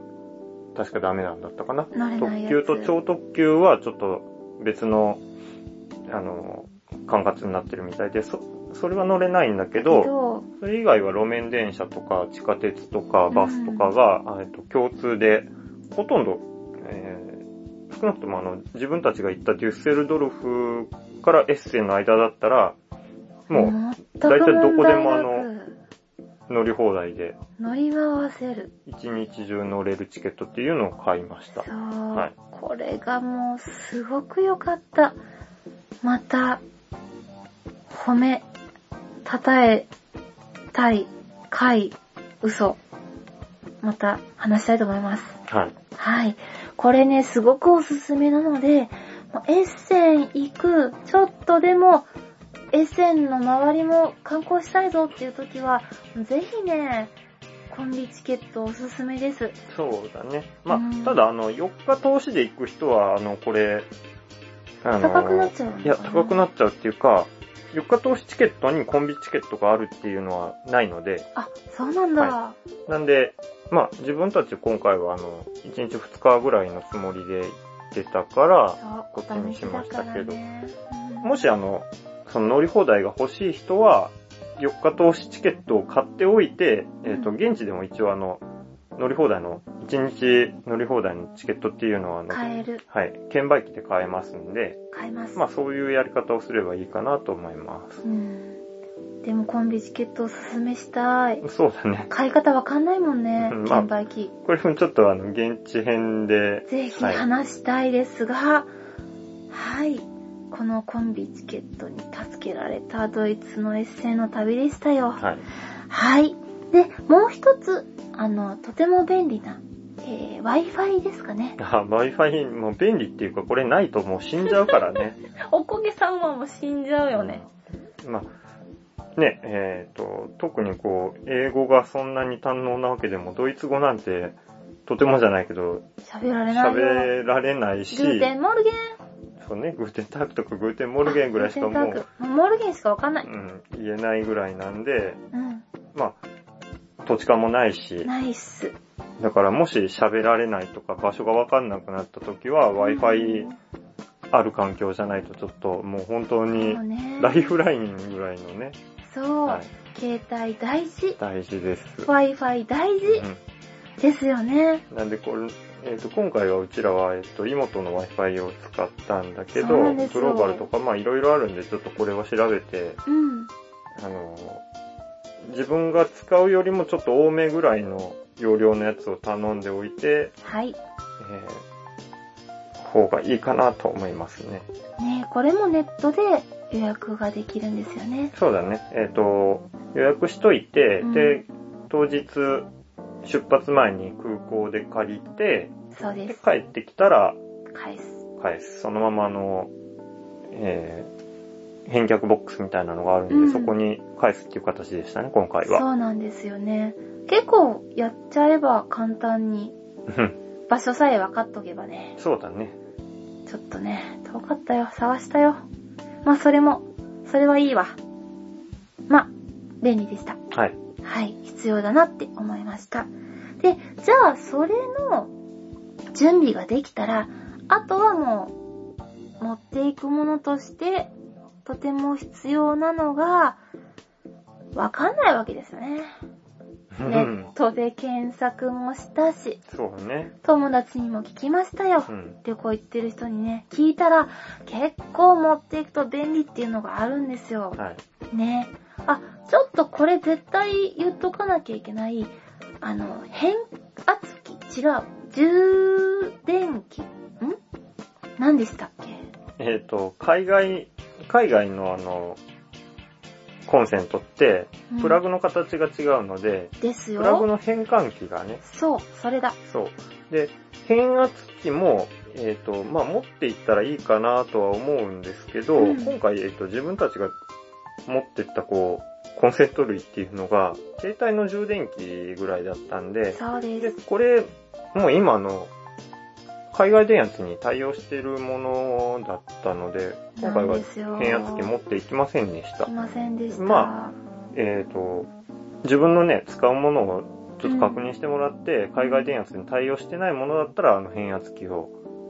確かダメなんだったかな。
慣れない
特
や
急
つ。
と超特急はちょっと別の、あの、管轄になってるみたいで、そ、それは乗れないんだけど、それ以外は路面電車とか地下鉄とかバスとかが、えっと共通で、ほとんど、えー少なくともあの、自分たちが行ったデュッセルドルフからエッセンの間だったら、も
もう、全
大体
く
ど
問
こで
題
もあ
な
の
く
う乗り放題で、
乗り回せる。
一日中乗れるチケットっていうのを買いました
そ。う、
はい
これがもう、すごく良かった。また、褒め、称え、たい、かい、嘘。また話したいと思います。
はい。
はい。これね、すごくおすすめなので、もうエッセン行く、ちょっとでも、エッセンの周りも観光したいぞっていう時は、ぜひね、コンビチケットおすすめです。
そうだね。ま
うん
あ、ただあの、4日通しで行く人は、あの、これ、あの、
高くなっちゃうのかない
や、高くなっちゃうっていうか、4日投資チケットにコンビチケットがあるっていうのはないので、
あ、そうなんだ。
はなんで、まあ自分たち今回はあの、1日2日ぐらいのつもりで行ってたから、
そう、お試しだからね。うん
もしあの、その乗り放題が欲しい人は、4日投資チケットを買っておいて、えっ、と、
うん
現地でも一応あの、乗り放題の、1日乗り放題のチケットっていうのは、あの、
買える。
はい、券売機で買えますんで、
買えます。
まあそういうやり方をすればいいかなと思いま
うん。でもコンビチケットおすすめしたい。
す。そうだね。
買い方わかんないもんね
うん。まあ
券売機。
これもちょっとあの、現地編で、
ぜひ
はい
話したいですが、はい。このコンビチケットに助けられたドイツのエッセイの旅でしたよ。
はい。
はい。で、もう一つ、あの、とても便利な、えー、Wi-Fi ですかね。
あ、Wi-Fi も便利っていうか、これないともう死んじゃうからね。
[laughs] おこげさんはもう死んじゃうよね。
まあ、ね、えっ、と、特にこう、英語がそんなに堪能なわけでも、ドイツ語なんて、とてもじゃないけど、
喋られない
喋
よ。
られないし、
グーテンモルゲン。
そうね、グーテンタークとかグーテンモルゲンぐらいしかも
グーテン
う、
タークモルゲンしかわかんな
う
い。
ん、言えないぐらいなんで、
うん。
まあ、土地勘もないし、
ナイス。
だからもし喋られないとか場所がわかんなくなった時は Wi-Fi ある環境じゃないとちょっともう本当に
そうね。
ライフラインぐらいのね、
そう。
はい、
携帯大事。
大事です。
Wi-Fi 大事。
うん
ですよね。
なんでこれ、えっと今回はうちらは、えっとイモトの Wi-Fi を使ったんだけど、
そうなんです
グ
よ
ローバルとかまあいろいろあるんで、ちょっとこれを調べて、
うん。
あの、自分が使うよりもちょっと多めぐらいの容量のやつを頼んでおいて、
はい。
えー方がいいかなと思いますね。
ねこれもネットで予約ができるんですよね。
そうだね。えっ、と、予約しといて、
うん
で、当日出発前に空港で借りて、
そうで。
です帰ってきたら
返す。
返す。そのままあの、えー返却ボックスみたいなのがあるんで、
うん
そこに返すっていう形でしたね、今回
そ
は。
うなんですよね。結構やっちゃえば簡単に、
うん
場所さえ分かっとけばね、
そうだね。
ちょっとね、遠かったよ。探したよ。まあそれも、それはいいわ。まあ、便利でした。
はい。
はい、必要だなって思いました。で、じゃあ、それの準備ができたら、あとはもう、持っていくものとして、とても必要なのが、わかんないわけですよね。
う
ネ
ん
ッ。トで検索もしたし、
そうね。
友達にも聞きましたよ
う。ん。
旅行行ってる人にね、聞いたら、結構持っていくと便利っていうのがあるんですよ。
はい。
ねあ、ちょっとこれ絶対言っとかなきゃいけない。あの、変圧器違う。充電器ん何でしたっけ
えっ、と、海外、海外のあの、コンセントって、
うん
プラグの形が違うので、
です
プラグ
よ。
の変換器がね、
そう、それだ。
そう。で、変圧器も、えっ、と、まあ、持っていったらいいかなとは思うんですけど、
うん
今回、えっ、と、自分たちが持ってった、こう、コンセント類っていうのが、携帯の充電器ぐらいだったんで、
そうで
で、
す。
これ、もう今の、海外電圧に対応しているものだったので、今回は変圧器持
も
っていきませんでした
い。ませんでした。
まえっ、と、自分のね、使うものをちょっと確認してもらって、海外電圧に対応してないものだったら、あの変圧器を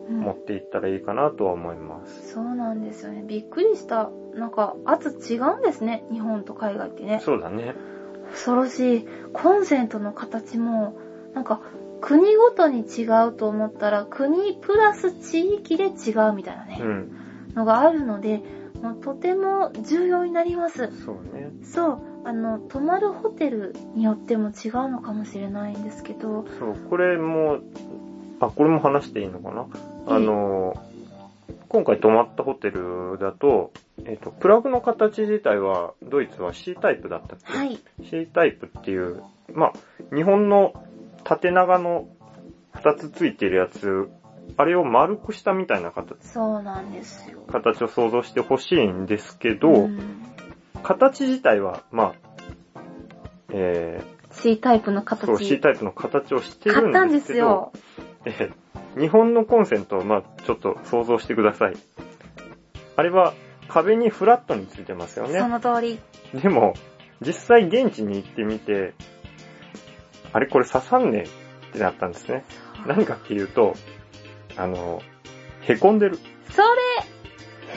うん
持っていったらいいかなとは思います。
そうなんですよね。びっくりした。なんか、圧違うんですね。日本と海外ってね。
そうだね。
恐ろしい。コンセントの形も、なんか、国ごとに違うと思ったら、国プラス地域で違うみたいなね
う、ん。
のがあるので、もうとても重要になります。
そうね。
そう、あの、泊まるホテルによっても違うのかもしれないんですけど、
そう、これも、あ、これも話していいのかな、あの、今回泊まったホテルだと、えっ、と、プラグの形自体は、ドイツは C タイプだったっけ、
はい、
C タイプっていう、まあ、日本の縦長の2つついてるやつ、あれを丸くしたみたいな形
そうなんですよ。
形を想像してほしいんですけど、
ん
形自体は、まあ、え
C タイプの
ー、
形。
そう、C タイプの形をして
買
る
ったん
ん
で
です
す
けど、
よ。
えー日本のコンセントを、まあ、ちょっと想像してください。あれは壁にフラットについてますよね。
その通り。
でも、実際現地に行ってみて、あれこれ刺さんねえってなったんですね。何かっていうと、あの、凹んでる。
そ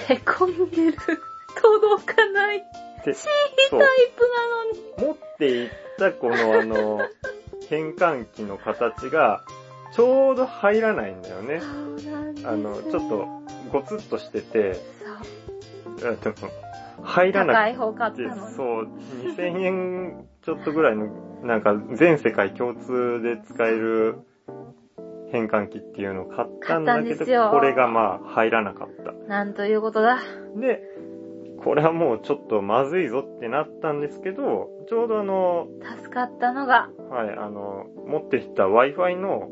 れへこんでる。 [laughs] 届かない。
で
C
そ
タ
う
イプなのに。
持っていったこのあの、変換器の形が、ちょうど入らないんだよね。
そうなんです
あの、ちょっと、ごつっとしてて、
そう
あでも入
高
らな
い
く
方買った
て、
のに。
そう、2000円ちょっとぐらいの、なんか全世界共通で使える変換器っていうのを買ったんだ
買
け
ったんで
ど、
すよ
これがまあ入らなかった。
なんということだ。
で、これはもうちょっとまずいぞってなったんですけど、ちょうどあの、
助かったのが、
はい、あの、持ってきた Wi-Fi の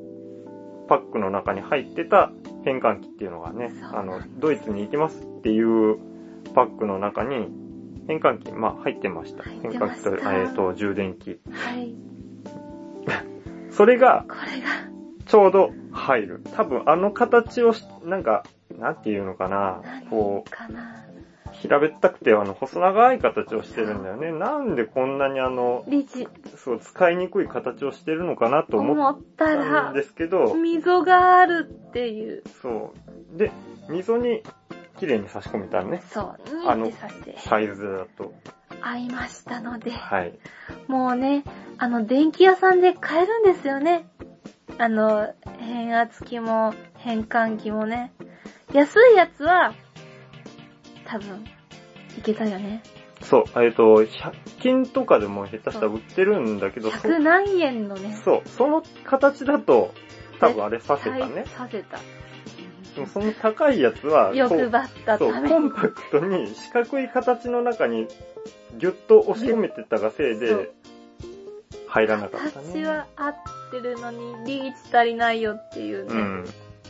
パックの中に入ってた変換器っていうのがね、
そう
あの、ドイツに行きますっていうパックの中に変換器、まあ入ってました。
入
変
ってま
換
し
器
た
と、えっ、と、充電器。
はい、
それが
これが、
ちょうど入る。多分あの形をし、なんか、なんていうのかな、こ
何か
う、
な。
平べったくてあの細長い形をしてるんだよね。なんでこんなにあの、
リーチ、
そう、使いにくい形をしてるのかなと思っ
思った
たん
ら
で、すけど、
溝があるっていう。
そう。で、溝に綺麗に差し込めたのね。
そう、に
あの
ってさせて、
サイズだと。
合いましたので、
はい。
もうね、あの、電気屋さんで買えるんですよね。あの、変圧器も、変換器もね。安いやつは、多分、いけたよね。
そう。えっ、と、100均とかでも下手したら売ってるんだけど、そ
100何円のね、
そう。その形だと、多分あれ刺せたね。
させた。
でもその高いやつは、こ
欲
う
張った
そう、
ため
コ
に
ン。パクトに四角い形の中にギュッと押し込めてたがせい
そ
で
う、
入らなかったね。
形は合ってるのにリーチ足りないよっていう
う
ね。
ん。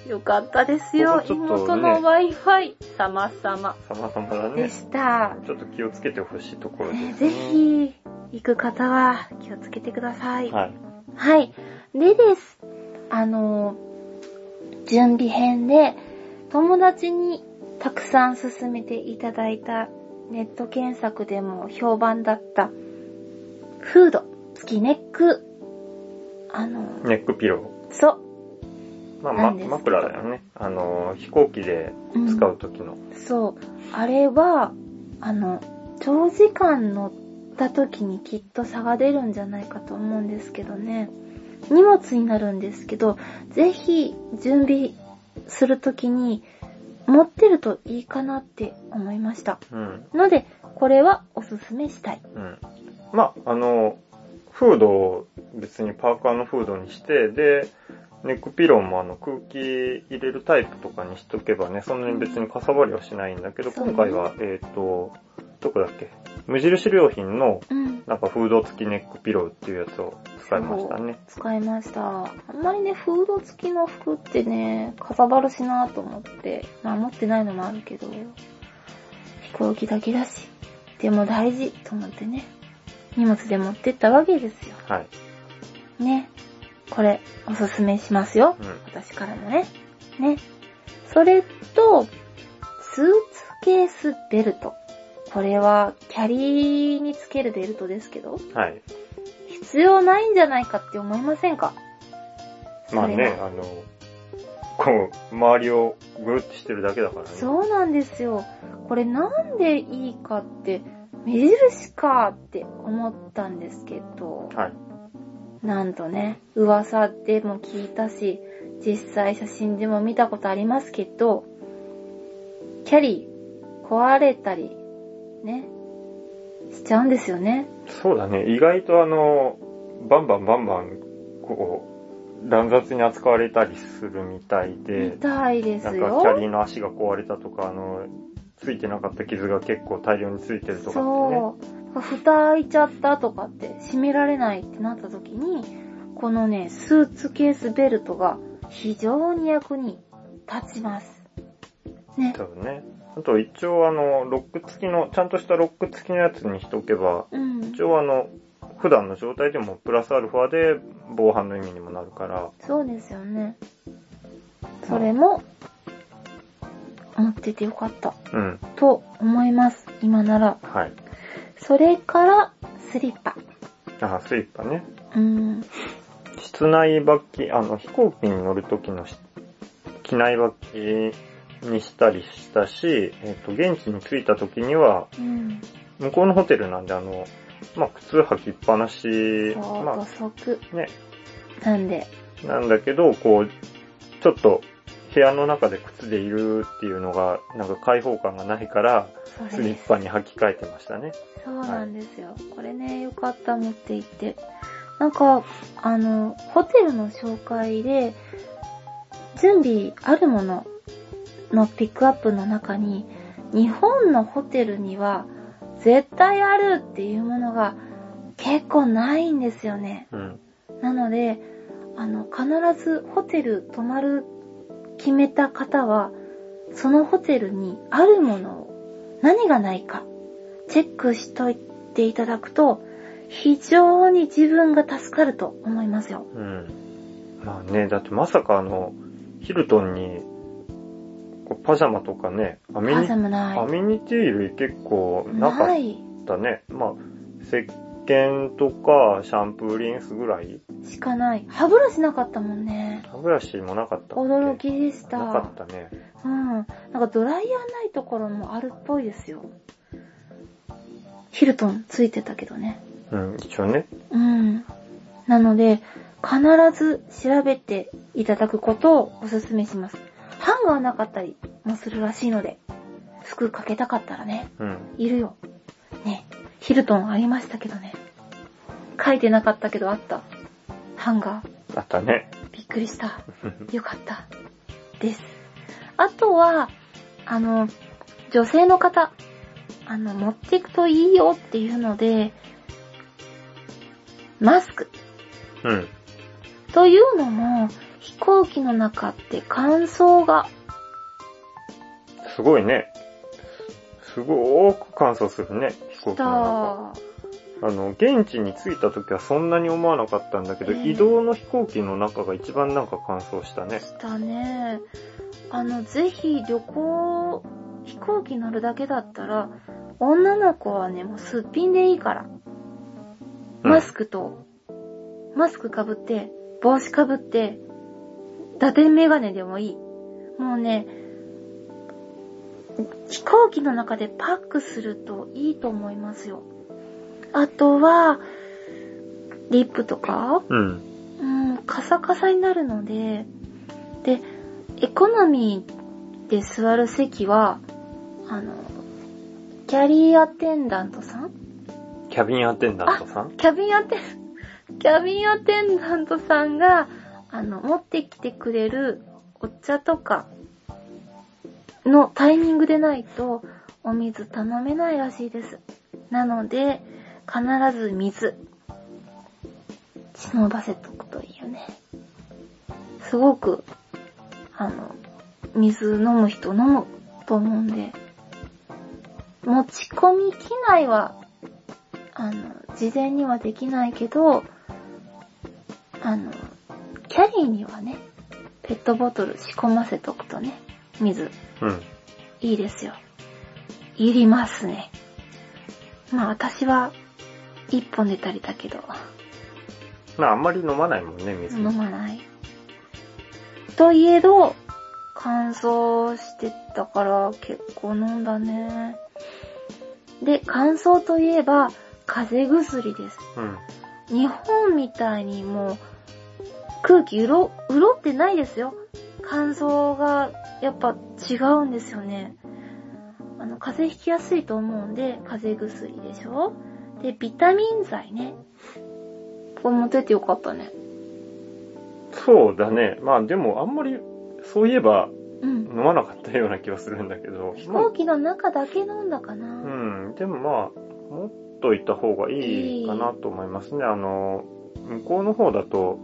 よかったですよ。
ここちょっとね
妹の Wi-Fi 様々
様々だ
で
ね。
した。
ちょっと気をつけてほしいところです
ね
ね。
ぜひ、行く方は気をつけてください。
はい。
はい。でです。あの、準備編で友達にたくさん勧めていただいたネット検索でも評判だったフード、月ネック、あの、
ネックピロー。
そ
まあ、
な
ま、
んですけど
枕だよね。あの、飛行機で
う、うん
使う時の。
そう。あれは、あの、長時間乗った時にきっと差が出るんじゃないかと思うんですけどね。荷物になるんですけど、ぜひ準備する時に持ってるといいかなって思いました。
うん。
ので、これはおすすめしたい。
うん。まあ、あの、フードを別にパーカーのフードにして、で、ネックピローもあの空気入れるタイプとかにしとけばね、そんなに別にかさばりはしないんだけど、
そうね
今回は、えっ、と、どこだっけ無印良品の
うん。
なんかフード付きネックピローっていうやつを使いましたね。
使いました。あんまりね、フード付きの服ってね、かさばるしなと思って、まあ持ってないのもあるけど、飛行機だけだし、でも大事と思ってね、荷物で持ってったわけですよ。
はい。
ね。これ、おすすめしますよ。
うん。
私からのね。ね。それと、スーツケースベルト。これは、キャリーにつけるベルトですけど、
はい。
必要ないんじゃないかって思いませんか
まあ
それ
ね、
は
あの、こう、周りをぐるってしてるだけだからね。
そうなんですよ。これなんでいいかって、目印かって思ったんですけど、
はい。
なんとね、噂でも聞いたし、実際写真でも見たことありますけど、キャリー壊れたり、ね、しちゃうんですよね。
そうだね。意外とあの、バンバンバンバン、こう、乱雑に扱われたりするみたい
み
で、
たいで
な
す
んかキャ
よ。
リーの足が壊れたとか、あの、ついてなかった傷が結構大量についてるとかってね。
そう。蓋開いちゃったとかって、閉められないってなった時に、このね、スーツケースベルトが非常に役に立ちます。ね。
多分ね。あと一応あの、ロック付きの、ちゃんとしたロック付きのやつにしとけば、
うん
一。応あの、普段の状態でもプラスアルファで防犯の意味にもなるから、
そうですよね。それも、持っててよかった、
うん。
と思います。今なら。
はい。
それから、スリッパ。
あ、スリッパね。
うん。
室内履き、あの、飛行機に乗るときのし機内履きにしたりしたし、えっ、と、現地に着いたときには、
うん。
向こうのホテルなんで、あの、まあ、靴履きっぱなし、
そう、
ま
土足。
あ、ね、
なんで。
なんだけど、こう、ちょっと部屋の中で靴でいるっていうのが、なんか開放感がないから、
そ
ス
れ
リ
で
ッ
す。
パに履き替えてましたね。
そうなんですよ。これね、よかった、持って行って。なんか、あの、ホテルの紹介で、準備あるもののピックアップの中に、日本のホテルには絶対あるっていうものが結構ないんですよね。
うん。
なので、あの、必ずホテル泊まる決めた方は、そのホテルにあるものを何がないかチェックしといていただくと、非常に自分が助かると思いますよ。
うん。まあね、だってまさかあの、ヒルトンに、こうパジャマとかね、アミ
パ
ニ
ジャム
ア
な
ミニティ類結構
い。
なかっ
ない。
たね。まあ、石鹸とかシャンプーリンスぐらい
しかない。歯ブラシなかったもんね。
歯ブラシもなかったっけ
驚きでした。
なかったね。
うん。なんかドライヤーないところもあるっぽいですよ。ヒルトンついてたけどね。
うん、一応ね。
うん。なので、必ず調べていただくことをお勧めします。ハンガーなかったりもするらしいので、服かけたかったらね、
うん。
いるよ。ね、ヒルトンありましたけどね。書いてなかったけどあった。ハンガー。
あったね。 [laughs]
びっくりした。よかった。です。あとは、あの、女性の方、あの、持っていくといいよっていうので、マスク
うん。
というのも、飛行機の中って乾燥が、
すごいね。すごーく乾燥するね、飛行機の
だ
中。あの、現地に着いた時はそんなに思わなかったんだけど、
ええ
移動の飛行機の中が一番なんか乾燥したね。
したね。あの、ぜひ旅行、飛行機乗るだけだったら、女の子はね、もうすっぴんでいいから、
うん
マスクと、マスクかぶって、帽子かぶって、打点メガネでもいい。もうね、飛行機の中でパックするといいと思いますよ。あとは、リップとか
うん。
うん、カサカサになるので、で、エコノミーで座る席は、あの、キャリーアテンダントさん
キャビンアテンダントさん
キャビンアテン、キャビンアテンダントさんが、あの、持ってきてくれるお茶とかのタイミングでないと、お水頼めないらしいです。なので、必ず水、忍ばせとくといいよね。すごく、あの、水飲む人飲むと思うんで、持ち込み機内はあの、事前にはできないけど、あの、キャリーにはね、ペットボトル仕込ませとくとね、水、
うん。
いいですよ。いりますね。まあ私は、一本出たりだけど、
まああんまり飲まないもんね、水。
飲まない。といえど、乾燥してたから結構飲んだね。で、乾燥といえば、風邪薬です。
うん。
日本みたいにもう空気うろ、うろってないですよ。乾燥がやっぱ違うんですよね。あの、風邪ひきやすいと思うんで、風邪薬でしょで、ビタミン剤ね。これ持ってってよかったね。
そうだね。まあでもあんまり、そういえば
うん。
飲まなかったような気はするんだけど。
飛行機の中だけ飲んだかな。
うん、でもまあ、持っといた方がいいかなと思いますね。あの、向こうの方だと、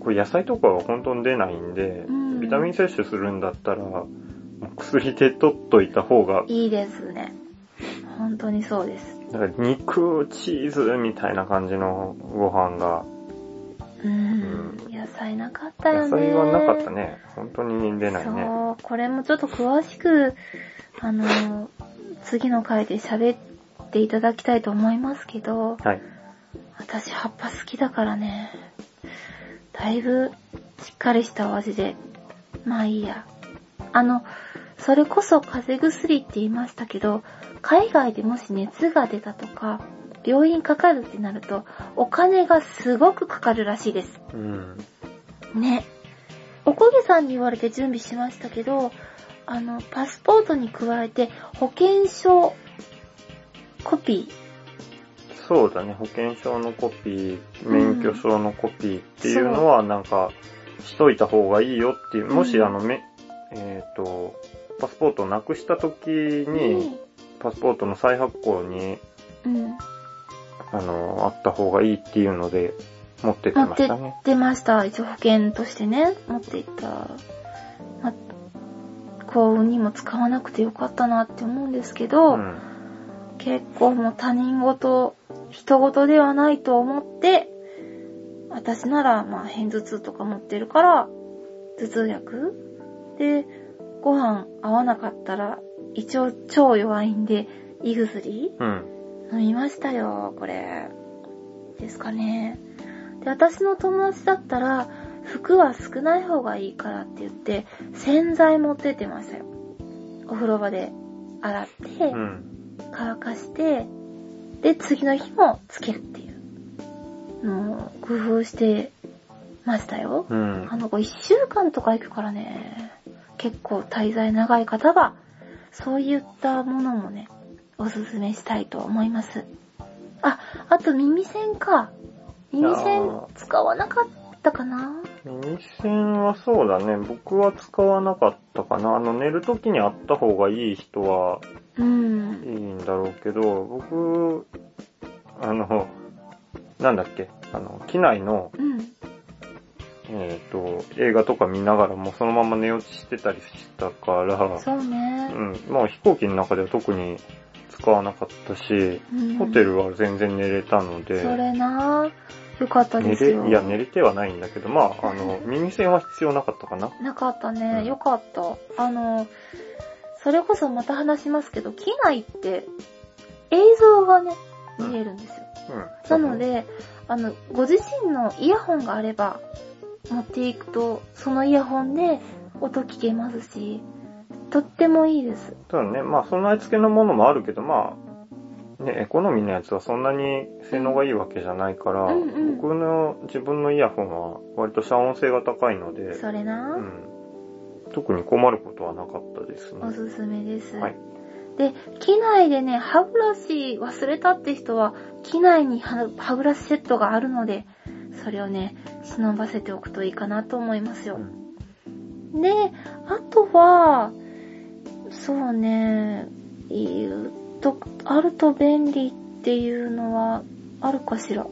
こう野菜とかは本当に出ないんで、
うん
ビタミン摂取するんだったら、もう薬で取っといた方が、
いいですね。本当にそうです。
なんか肉、チーズみたいな感じのご飯が、
うん。野菜なかったよね。
野菜はなかったね。本当に出ないね。
そう、これもちょっと詳しく、あの、次の回で喋っていただきたいと思いますけど、
はい。
私葉っぱ好きだからね、だいぶしっかりしたお味で、まあいいや。あの、それこそ風邪薬って言いましたけど、海外でもし熱が出たとか、病院かかるってなると、お金がすごくかかるらしいです。
うん。
ね。おこげさんに言われて準備しましたけど、あの、パスポートに加えて保険証コピ
そうだね、保険証のコピー、免許証のコピーっていうのは、なんか、しといた方がいいよっていう、もし、
うん
あの、め、えっ、と、パスポートをなくした時
ー
に、パスポートの再発行に、
うん、
あの、あった方がいいっていうので、持ってって
持
ま
っ
してたね。
出ました。一応保険としてね、持っていった。ま、幸運にも使わなくてよかったなって思うんですけど、
うん。
結構もう他人事、人事ではないと思って、私なら、まあ、偏頭痛とか持ってるから、頭痛薬で、ご飯合わなかったら、一応超弱いんで、胃薬
うん。
飲みましたよ、これ。ですかね。で、私の友達だったら、服は少ない方がいいからって言って、洗剤持ってってましたよ。お風呂場で洗って、
うん。
乾かして、で、次の日もつけるっていうのを工夫してましたよ。
うん
あ。の子一週間とか行くからね、結構滞在長い方は、そういったものもね、おすすめしたいと思います。あ、あと耳栓か。耳栓使わなかったかな
耳栓はそうだね。僕は使わなかったかな。あの、寝るときにあった方がいい人は
う
いい
ん。
んだろうけど、僕、あの、なんだっけ、あの、機内の、
うん。
えっ、と、映画とか見ながらもうそのまま寝落ちしてたりしたから、
そう
う
ね。
ん、もう飛行機の中では特に使わなかったし、
うん
ホテルは全然寝れたので、
それなぁ。よかった
寝
です
れ
よ。、
いや、寝れてはないんだけど、まあ、あの、耳栓は必要なかったかな。
なかった
う
ね。
ん
よかった。あの、それこそまた話しますけど、機内って映像がね、見えるんですよ。
う。
なんので、あの、ご自身のイヤホンがあれば持っていくと、そのイヤホンで音聞けますし、とってもいいです。
ただね、まあ、備え付けのものもあるけど、まあ、ね、エコノミーのやつはそんなに性能がいいわけじゃないから、
うんうん
僕の自分のイヤホンは割と遮音性が高いので、
それな、
うん、特に困ることはなかったですね。
おすすめです。
はい
で、機内でね、歯ブラシ忘れたって人は、機内に歯歯ブラシセットがあるので、それをね、忍ばせておくといいかなと思いますよ。
うん
で、あとは、そうね、言うと、あると便利っていうのは、あるかしら。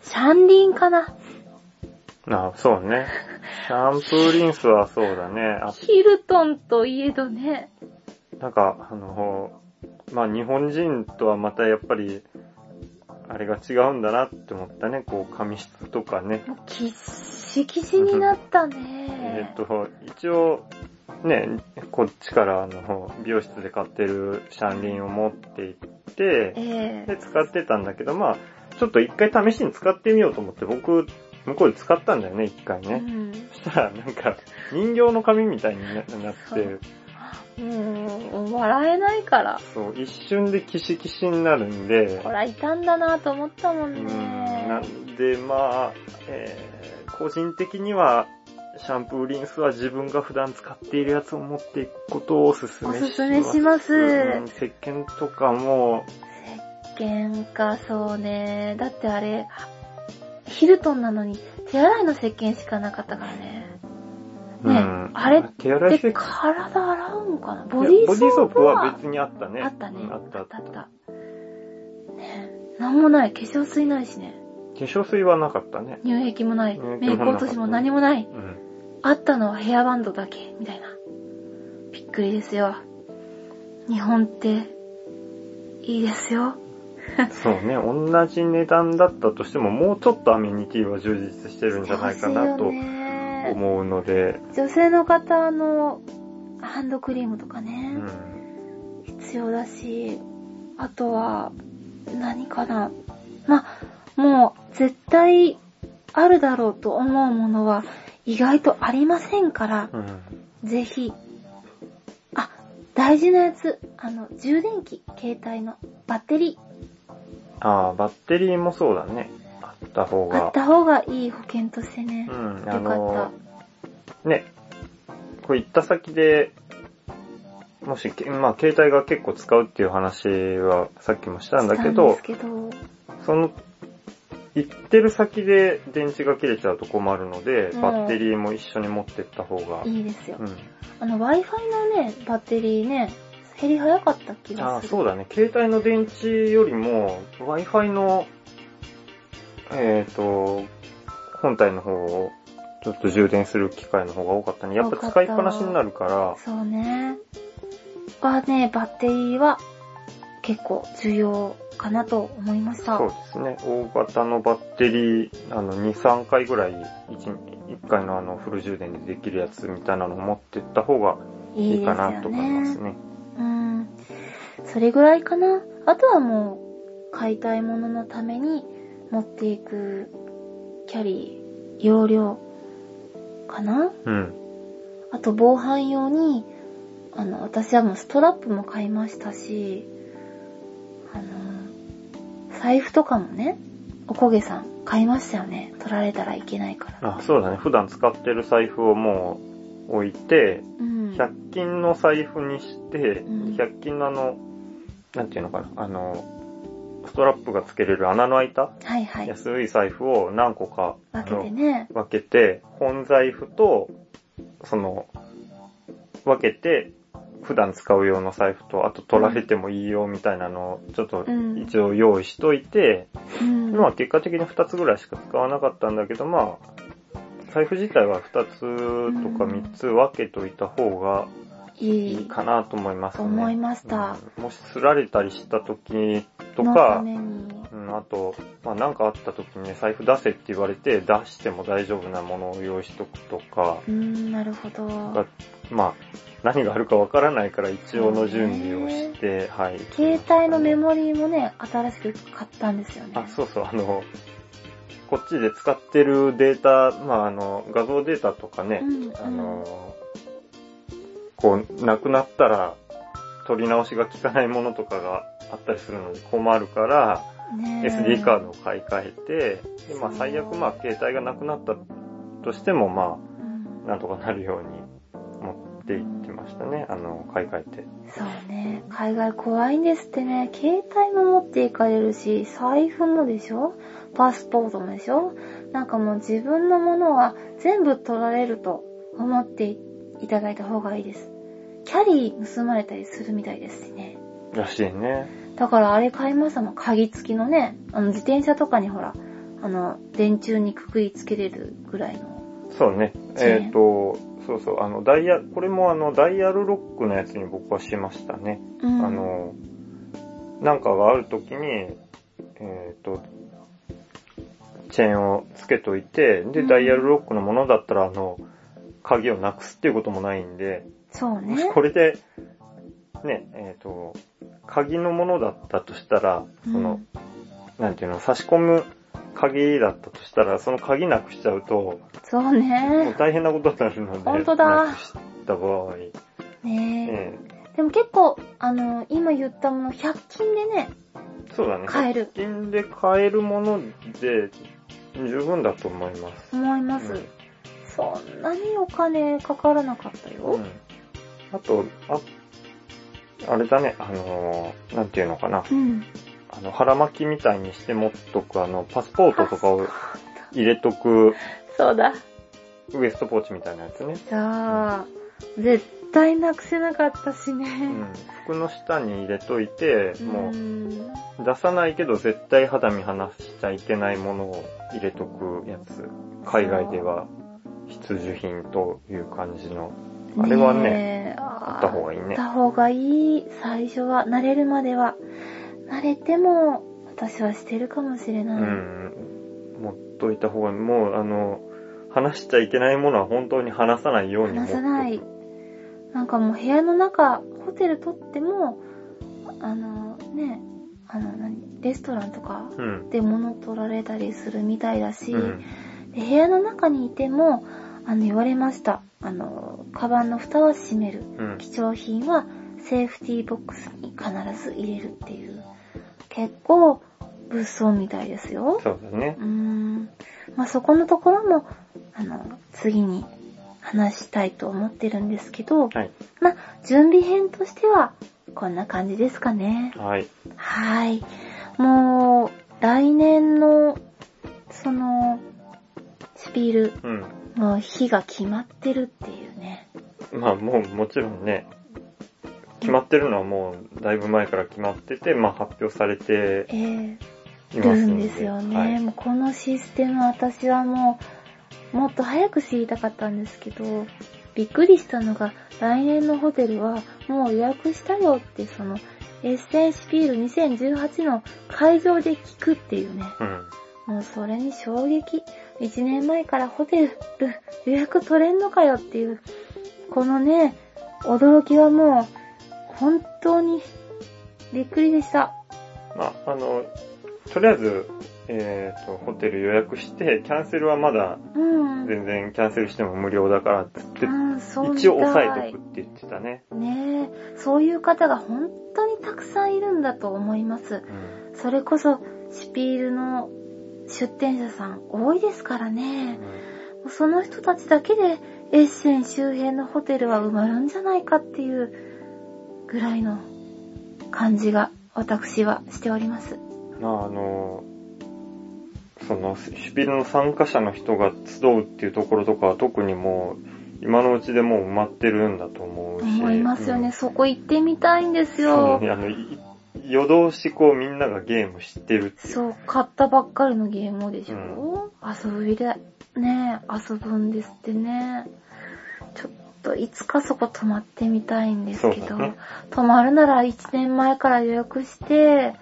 三輪かな。
あそう
[laughs]
ね。シャンプーリンスはそうだね。あ
ヒルトンといえどね。
なんか、あの、まあ、日本人とはまたやっぱり、あれが違うんだなって思ったね。こう、髪質とかね。
もうきっしきしになった
えっ
ね。
と、一応、ね、こっちからあの、美容室で買ってるシャンリンを持って行って、
え
で、使ってたんだけど、まあちょっと一回試しに使ってみようと思って、僕、向こうで使ったんだよね、一回
え
ね。そしたら、なんか、人形の髪みたいにななっ
そう
て、
うん。もう、笑えないから。
そう、一瞬でキシキシになるんで、
こら、いたんだなと思ったも
うんん、
ね。
なんで、まあ、えー個人的には、シャンプーリンスは自分が普段使っているやつを持っていくことをおすすめし
お
ます。
すすめします
うん石鹸とかも、
喧嘩そうね。だってあれ、ヒルトンなのに手洗いの石鹸しかなかったからね。ねあれ
手洗い石
で、
鹸
体洗うんかない
や
ボディー
ボディー
ソ
ソ
ー
ー
プ
プ
は
は別にあったね。
あったね
う。んあった
あ
あ
っ
ったた。
あ
化
った。ねなんもない。化粧水ないしね。
粧水はなかったね。
乳液もない。
乳液もな
メイク落としも何もない。 [laughs]
うん。
あったのはヘアバンドだけ、みたいな。びっくりですよ。日本って、いいですよ。
そうね、同じ値段だったとしても、もうちょっとアメニティは充実してるんじゃないかなと
楽しいよね
思うので、
女性の方のハンドクリームとかね、
うん。
必要だし、あとは、何かな。まあ、もう絶対あるだろうと思うものは意外とありませんから、
うん。
ぜひ。あ、大事なやつ。あの、充電器、携帯のバッテリー。
ああ、バッテリーもそうだね。あった方
あっ
が。
た方がいい保険としてね
う。ん、あ
よか
の
っ、
ね、こう行った先で、もし、けまあ、携帯が結構使うっていう話はさっきもした
た。
んだけ
したんで
ど
す、けど。
その、行ってる先で電池が切れちゃうと困るので、
うん
バッテリーも一緒に持ってった方が、
いいですよ
う。ん。
あの、Wi-Fi のね、バッテリーね、減り早かった気
あ
が
あ、
する。
そうだね。携帯の電池よりも、Wi-Fi の、えっ、と、本体の方を、ちょっと充電する機会の方が多かったね。やっぱ使いっぱなしになるから、
そうね。がね、バッテリーは結構重要かなと思いました。
そうですね。大型のバッテリー、あの、2、3回ぐらい、1, 1回のあの、フル充電でできるやつみたいなの持ってった方が
いい
い
で
い
すよ
か
ね。
なと思いますね。
うん。それぐらいかな。あとはもう、買いたいもののために持っていくキャリー、容量かな。
うん。
あと防犯用に、あの、私はもうストラップも買いましたし、あの、財布とかもね、おこげさん買いましたよね。取られたらいけないから。
あ、そうだね。普段使ってる財布をもう置いて、
うん。
100均の財布にして、
うん
100均のあの、なんていうのかな、あの、ストラップがつけれる穴の開いた
はいはい。
安い財布を何個か
分けてね。
分けて、本財布と、その、分けて、普段使う用の財布と、あと取られてもいいよみたいなのを、ちょっと
うん
一応用意しといて、
うん。
まあ結果的に2つぐらいしか使わなかったんだけど、まあ、財布自体は2つとか3つ分けといた方が
い
いい
い。
かなと思いますね。
思いました
うんもしすられたりした時と
のた
か、
めに。
うん、あと、まあ、なんかあった時にね、財布出せって言われて、出しても大丈夫なものを用意しとくとか、
うん、なるほど。
がまあ、何があるかわからないから一応の準備をして、はい。
携帯のメモリーもね、新しく買ったんですよね。
あ、そうそう、あの、こっちで使ってるデータ、まあ、あの、画像データとかね、
うんうん
あの、こう、なくなったら、取り直しが効かないものとかがあったりするので困るから、
ねえ
SD カードを買い替えて、で、まあ、
そう
最悪、まあ、携帯がなくなったとしても、ま
うん
あ、なんとかなるように持っていってましたね、あの、買い替えて。
そうね。海外怖いんですってね。携帯も持っていかれるし、財布もでしょパスポートもでしょなんかもう自分のものは全部取られると思っていただいた方がいいです。キャリー盗まれたりするみたいですしね。
らしいね。
だからあれ買いましたもん。鍵付きのね、あの自転車とかにほら、あの、電柱にくくりつけれるぐらいの。
そうね。
チェーン
えっ、と、そうそう、あの、ダイヤ、これもあの、ダイヤルロックのやつに僕はしましたね。
うん
あ、の、なんかがあるときに、えっ、と、チェーンをつけといて、で、
うん
ダイヤルロックのものだったら、あの、鍵をなくすっていうこともないんで、
そう
もし
ね。
[laughs] これで、ね、えっ、と、鍵のものだったとしたら、その、なんていうの、差し込む鍵だったとしたら、その鍵なくしちゃうと、
そう
もう
ね。
大変なことになるので、
本当だ
なくした場合、
ねえ。
え
でも結構、あの、今言ったもの、100均でね、
えそうだね。
買える
100均で買えるもので十分だと思います。
思います。
うん
そんなにお金かからなかった
う
よ。
ん、あと、あ、あれだね、あのー、なんていうのかな。
うん。
あの、腹巻きみたいにして持っとく、あの、パスポートとかを
あ
入れとく、
[laughs] そうだ。
ウエストポーチみたいなやつね。
じゃあ、絶対なくせなかったし
う
ね。
ん。服の下に入れといて、もう、
ん。
出さないけど絶対肌身離しちゃいけないものを入れとくやつ。海外では必需品という感じの。あれはね
ねえ、あ
あった方がいい
あっ
ね。
た方がいい。最初は、慣れるまでは。慣れても、私はしてるかもしれ
う
ない。
ん。持っといた方が、もうあの、話しちゃいけないものは本当に話さないように持っ
話
と
さ
く
ない。なんかもう部屋の中、ホテル取っても、あのね、あの何、レストランとか
うん。
で物取られたりするみたいだし、
うん。
で部屋の中にいても、あの、言われました。あの、カバンの蓋は閉める。
うん。
貴重品はセーフティーボックスに必ず入れるっていう。結構、物騒みたいですよ。
そうだね
う。ーん。まあ、そこのところも、あの、次に話したいと思ってるんですけど、
はい。
まあ、準備編としては、こんな感じですかね。
はい。
はい。もう、来年の、その、スピール、
うん。
もう日が決まってるっていうね。
まあもうもちろんね、決まってるのはもうだいぶ前から決まってて、まあ発表されて
えー、
い
る
ます
ん
ので。
ですよね。
はい。
もうこのシステム私はもう、もっと早く知りたかったんですけど、びっくりしたのが、来年のホテルはもう予約したよって、その、エッセンシピール2018の会場で聞くっていうね。
うん。
もうそれに衝撃。1年前からホテル予約取れんのかよっていう、このね、驚きはもう、本当に、びっくりでした。
まああの、とりあえず、えっ、と、ホテル予約して、キャンセルはまだ
うん。
全然キャンセルしても無料だからっつって、
うん、そう
一応
みた
押さえとくって言ってたね。
ねえ、そういう方が本当にたくさんいるんだと思います。
うん。
それこそ、シピールの出店者さん多いですからね。その人たちだけで、エッセン周辺のホテルは埋まるんじゃないかっていうぐらいの感じが私はしております。
まああの、その、シュピルの参加者の人が集うっていうところとかは特にもう、今のうちでもう埋まってるんだと思うし。
思いますよね。
うん
そこ行ってみたいんです
そう
よ。
ね、あの、い夜通しこうみんながゲームしてるっていう。
そう、買ったばっかりのゲームをでしょ、遊びで、ねえ、遊ぶんですってね。ちょっと、いつかそこ泊まってみたいんですけ
そ
ど、
うだね
泊まるなら1年前から予約して、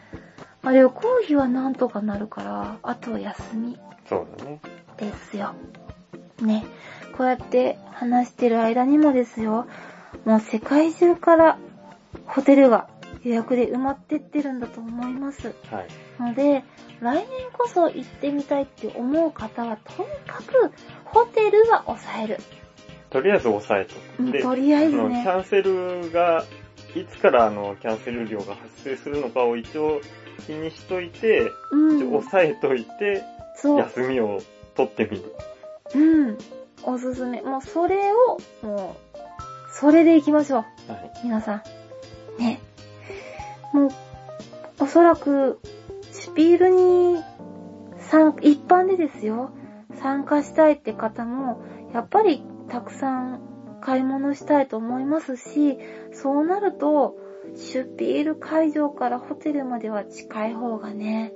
まあ、旅行費はなんとかなるから、あとは休み
そうだね。
ですよ。ね。こうやって話してる間にもですよ、もう世界中からホテルが予約で埋まってってるんだと思います。
はい。
ので、来年こそ行ってみたいって思う方は、とにかく、ホテルは抑える。
とりあえず押さえと
うん
く。で、
とりあえず
あのキ
ね。
ャンセルが、いつからあの、キャンセル料が発生するのかを一応気にしといて、
う
一応
ん
押。さえといて、
そう。
休みを取ってみる。
うん。おすすめ。もうそれを、もう、それで行きましょう。
はい。
皆さん。ね。もう、おそらく、シュピールに、参、一般でですよ。参加したいって方も、やっぱりたくさん買い物したいと思いますし、そうなると、シュピール会場からホテルまでは近い方がね、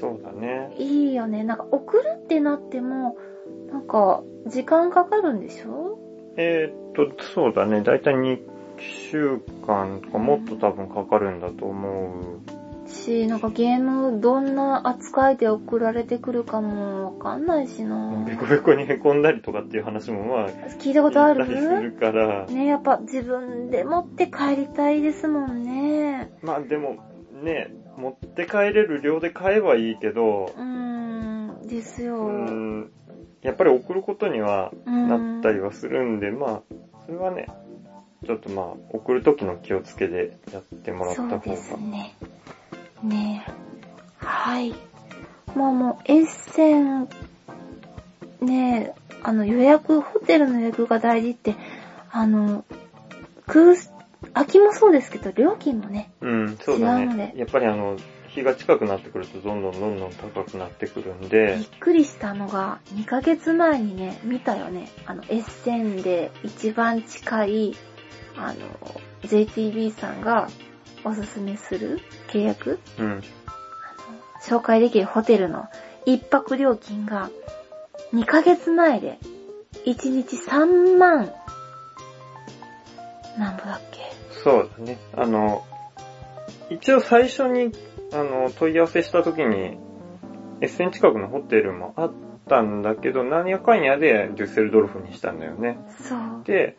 そうだね。
いいよね。なんか送るってなっても、なんか、時間かかるんでしょ
えーっと、そうだね。だいたい2週間とかもっと多分かかるんだと思う。
し、なんかゲームどんな扱いで送られてくるかもわかんないしな
ベコベコに凹んだりとかっていう話もまあ、
聞いたことあ
言ったりする
る
から、
ねやっぱ自分で持って帰りたいですもんね。
まあでもね、持って帰れる量で買えばいいけど
う、ーん、です
う
よ。
ー、
うん
やっぱり送ることにはなったり
ん
はするんで、まあ、それはね、ちょっとまあ、送るときの気をつけでやってもらっ
そ
た方が
う。ですね。ねはい。まあもう、エッセン、ねあの予約、ホテルの予約が大事って、あの、空、秋もそうですけど、料金もね、
うん、そうだ
違うので
ね。やっぱりあの、日が近くなってくるとどんどんどんどん高くなってくるんで
びっ、くりしたのが、2ヶ月前にね、見たよね。あの、エッセンで一番近い、あの、JTB さんがおすすめする契約
うん。
紹介できるホテルの一泊料金が、2ヶ月前で、1日3万、なんぼだっけ
そうだね。あの、一応最初に、あの、問い合わせした時に、エッセン近くのホテルもあったんだけど、何やかんやでデュッセルドルフにしたんだよね。
そう。
で、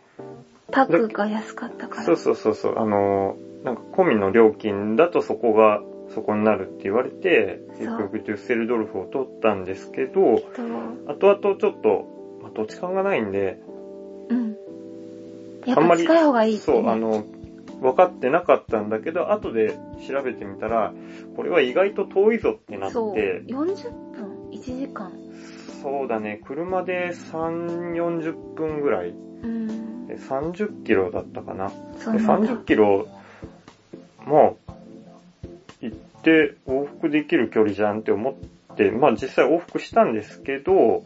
パックが安かったから。
そうそうそうそう、あの、なんか込みの料金だとそこが、そこになるって言われて、
そう
結局デュッセルドルフを取ったんですけど、
とう
後々ちょっと、まあ、土地勘がないんで、
ん。やっ
あ
ぱ
んまり
近い方がいいって、
そ
ね。
う、あの、分かってなかったんだけど、後で調べてみたら、これは意外と遠いぞってなって、
そ。
そうう
40分 ?1 時間
だね、車で3、40分ぐらい、
うーん。
で30キロだったかな。
そう
で
なんだ。
30キロ、まあ、行って往復できる距離じゃんって思って、まあ実際往復したんですけど、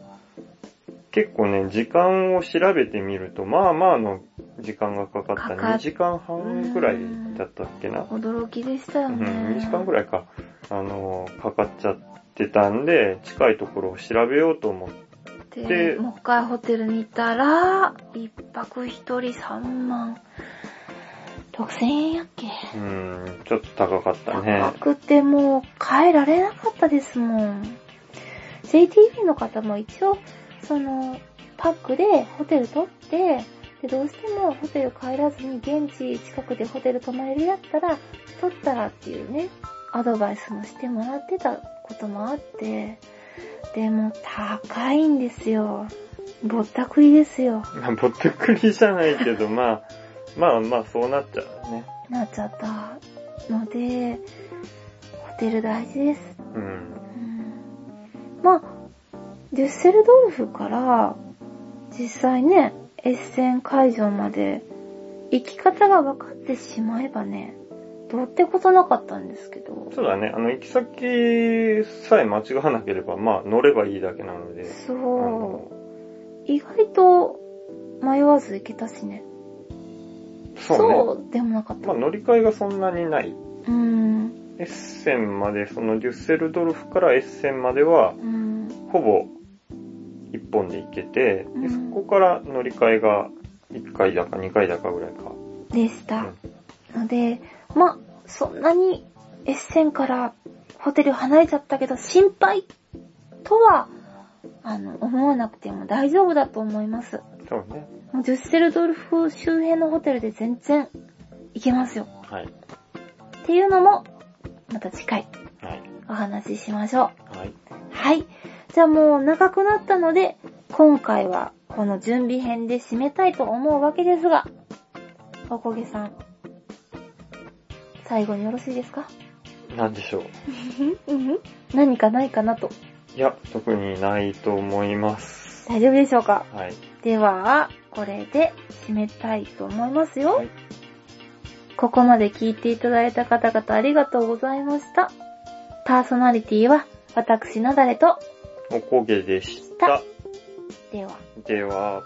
結構ね、時間を調べてみると、まあまあの時間がかかった。
かかっ
2時間半くらいだったっけな。
驚きでしたよね。
うん、2時間くらいか、あの、かかっちゃってたんで、近いところを調べようと思って、
で、もう一回ホテルにいたら、一泊一人3万6000円やっけ。
うん、ちょっと高かったね。
高くてもう帰られなかったですもん。JTB の方も一応、その、パックでホテル取って、で、どうしてもホテル帰らずに現地近くでホテル泊まれるやったら、取ったらっていうね、アドバイスもしてもらってたこともあって、でも高いんですよ。ぼったくりですよ。
まあ、ぼったくりじゃないけど、まあ、まあまあ、そうなっちゃうね。
なっちゃったので、ホテル大事です。
うん。
うんまあ、デュッセルドルフから実際ね、エッセン会場まで行き方が分かってしまえばね、どうってことなかったんですけど。
そうだね、あの、行き先さえ間違わなければ、まあ、乗ればいいだけなので。あ
そ
の
う。意外と迷わず行けたしね。
そうね。
うでもなかった。
まあ、乗り換えがそんなにない。
うん。
エッセンまで、そのデュッセルドルフからエッセンまでは、
うん。
ほぼ一本で行けて、
う
でそ
ん
こから乗り換えが1回だか2回だかぐらいか。
でした
うん。
ので、まあ、そんなにエッセンからホテル離れちゃったけど心配とは、あの、思わなくても大丈夫だと思います。
そうね。
もうデュッセルドルフ周辺のホテルで全然行けますよ。
はい。
っていうのも、また次回
はい。
お話ししましょう。
はい。
はい。じゃあもう長くなったので、今回はこの準備編で締めたいと思うわけですが、おこげさん、最後によろしいですか
なんでしょう。
何かないかなと。
いや、特にないと思います。
大丈夫でしょうか
はい。
では、これで締めたいと思いますよ。
はい
ここまで聞いていただいた方々ありがとうございました。パーソナリティは私なだれと、
おこげでした。
では。
では。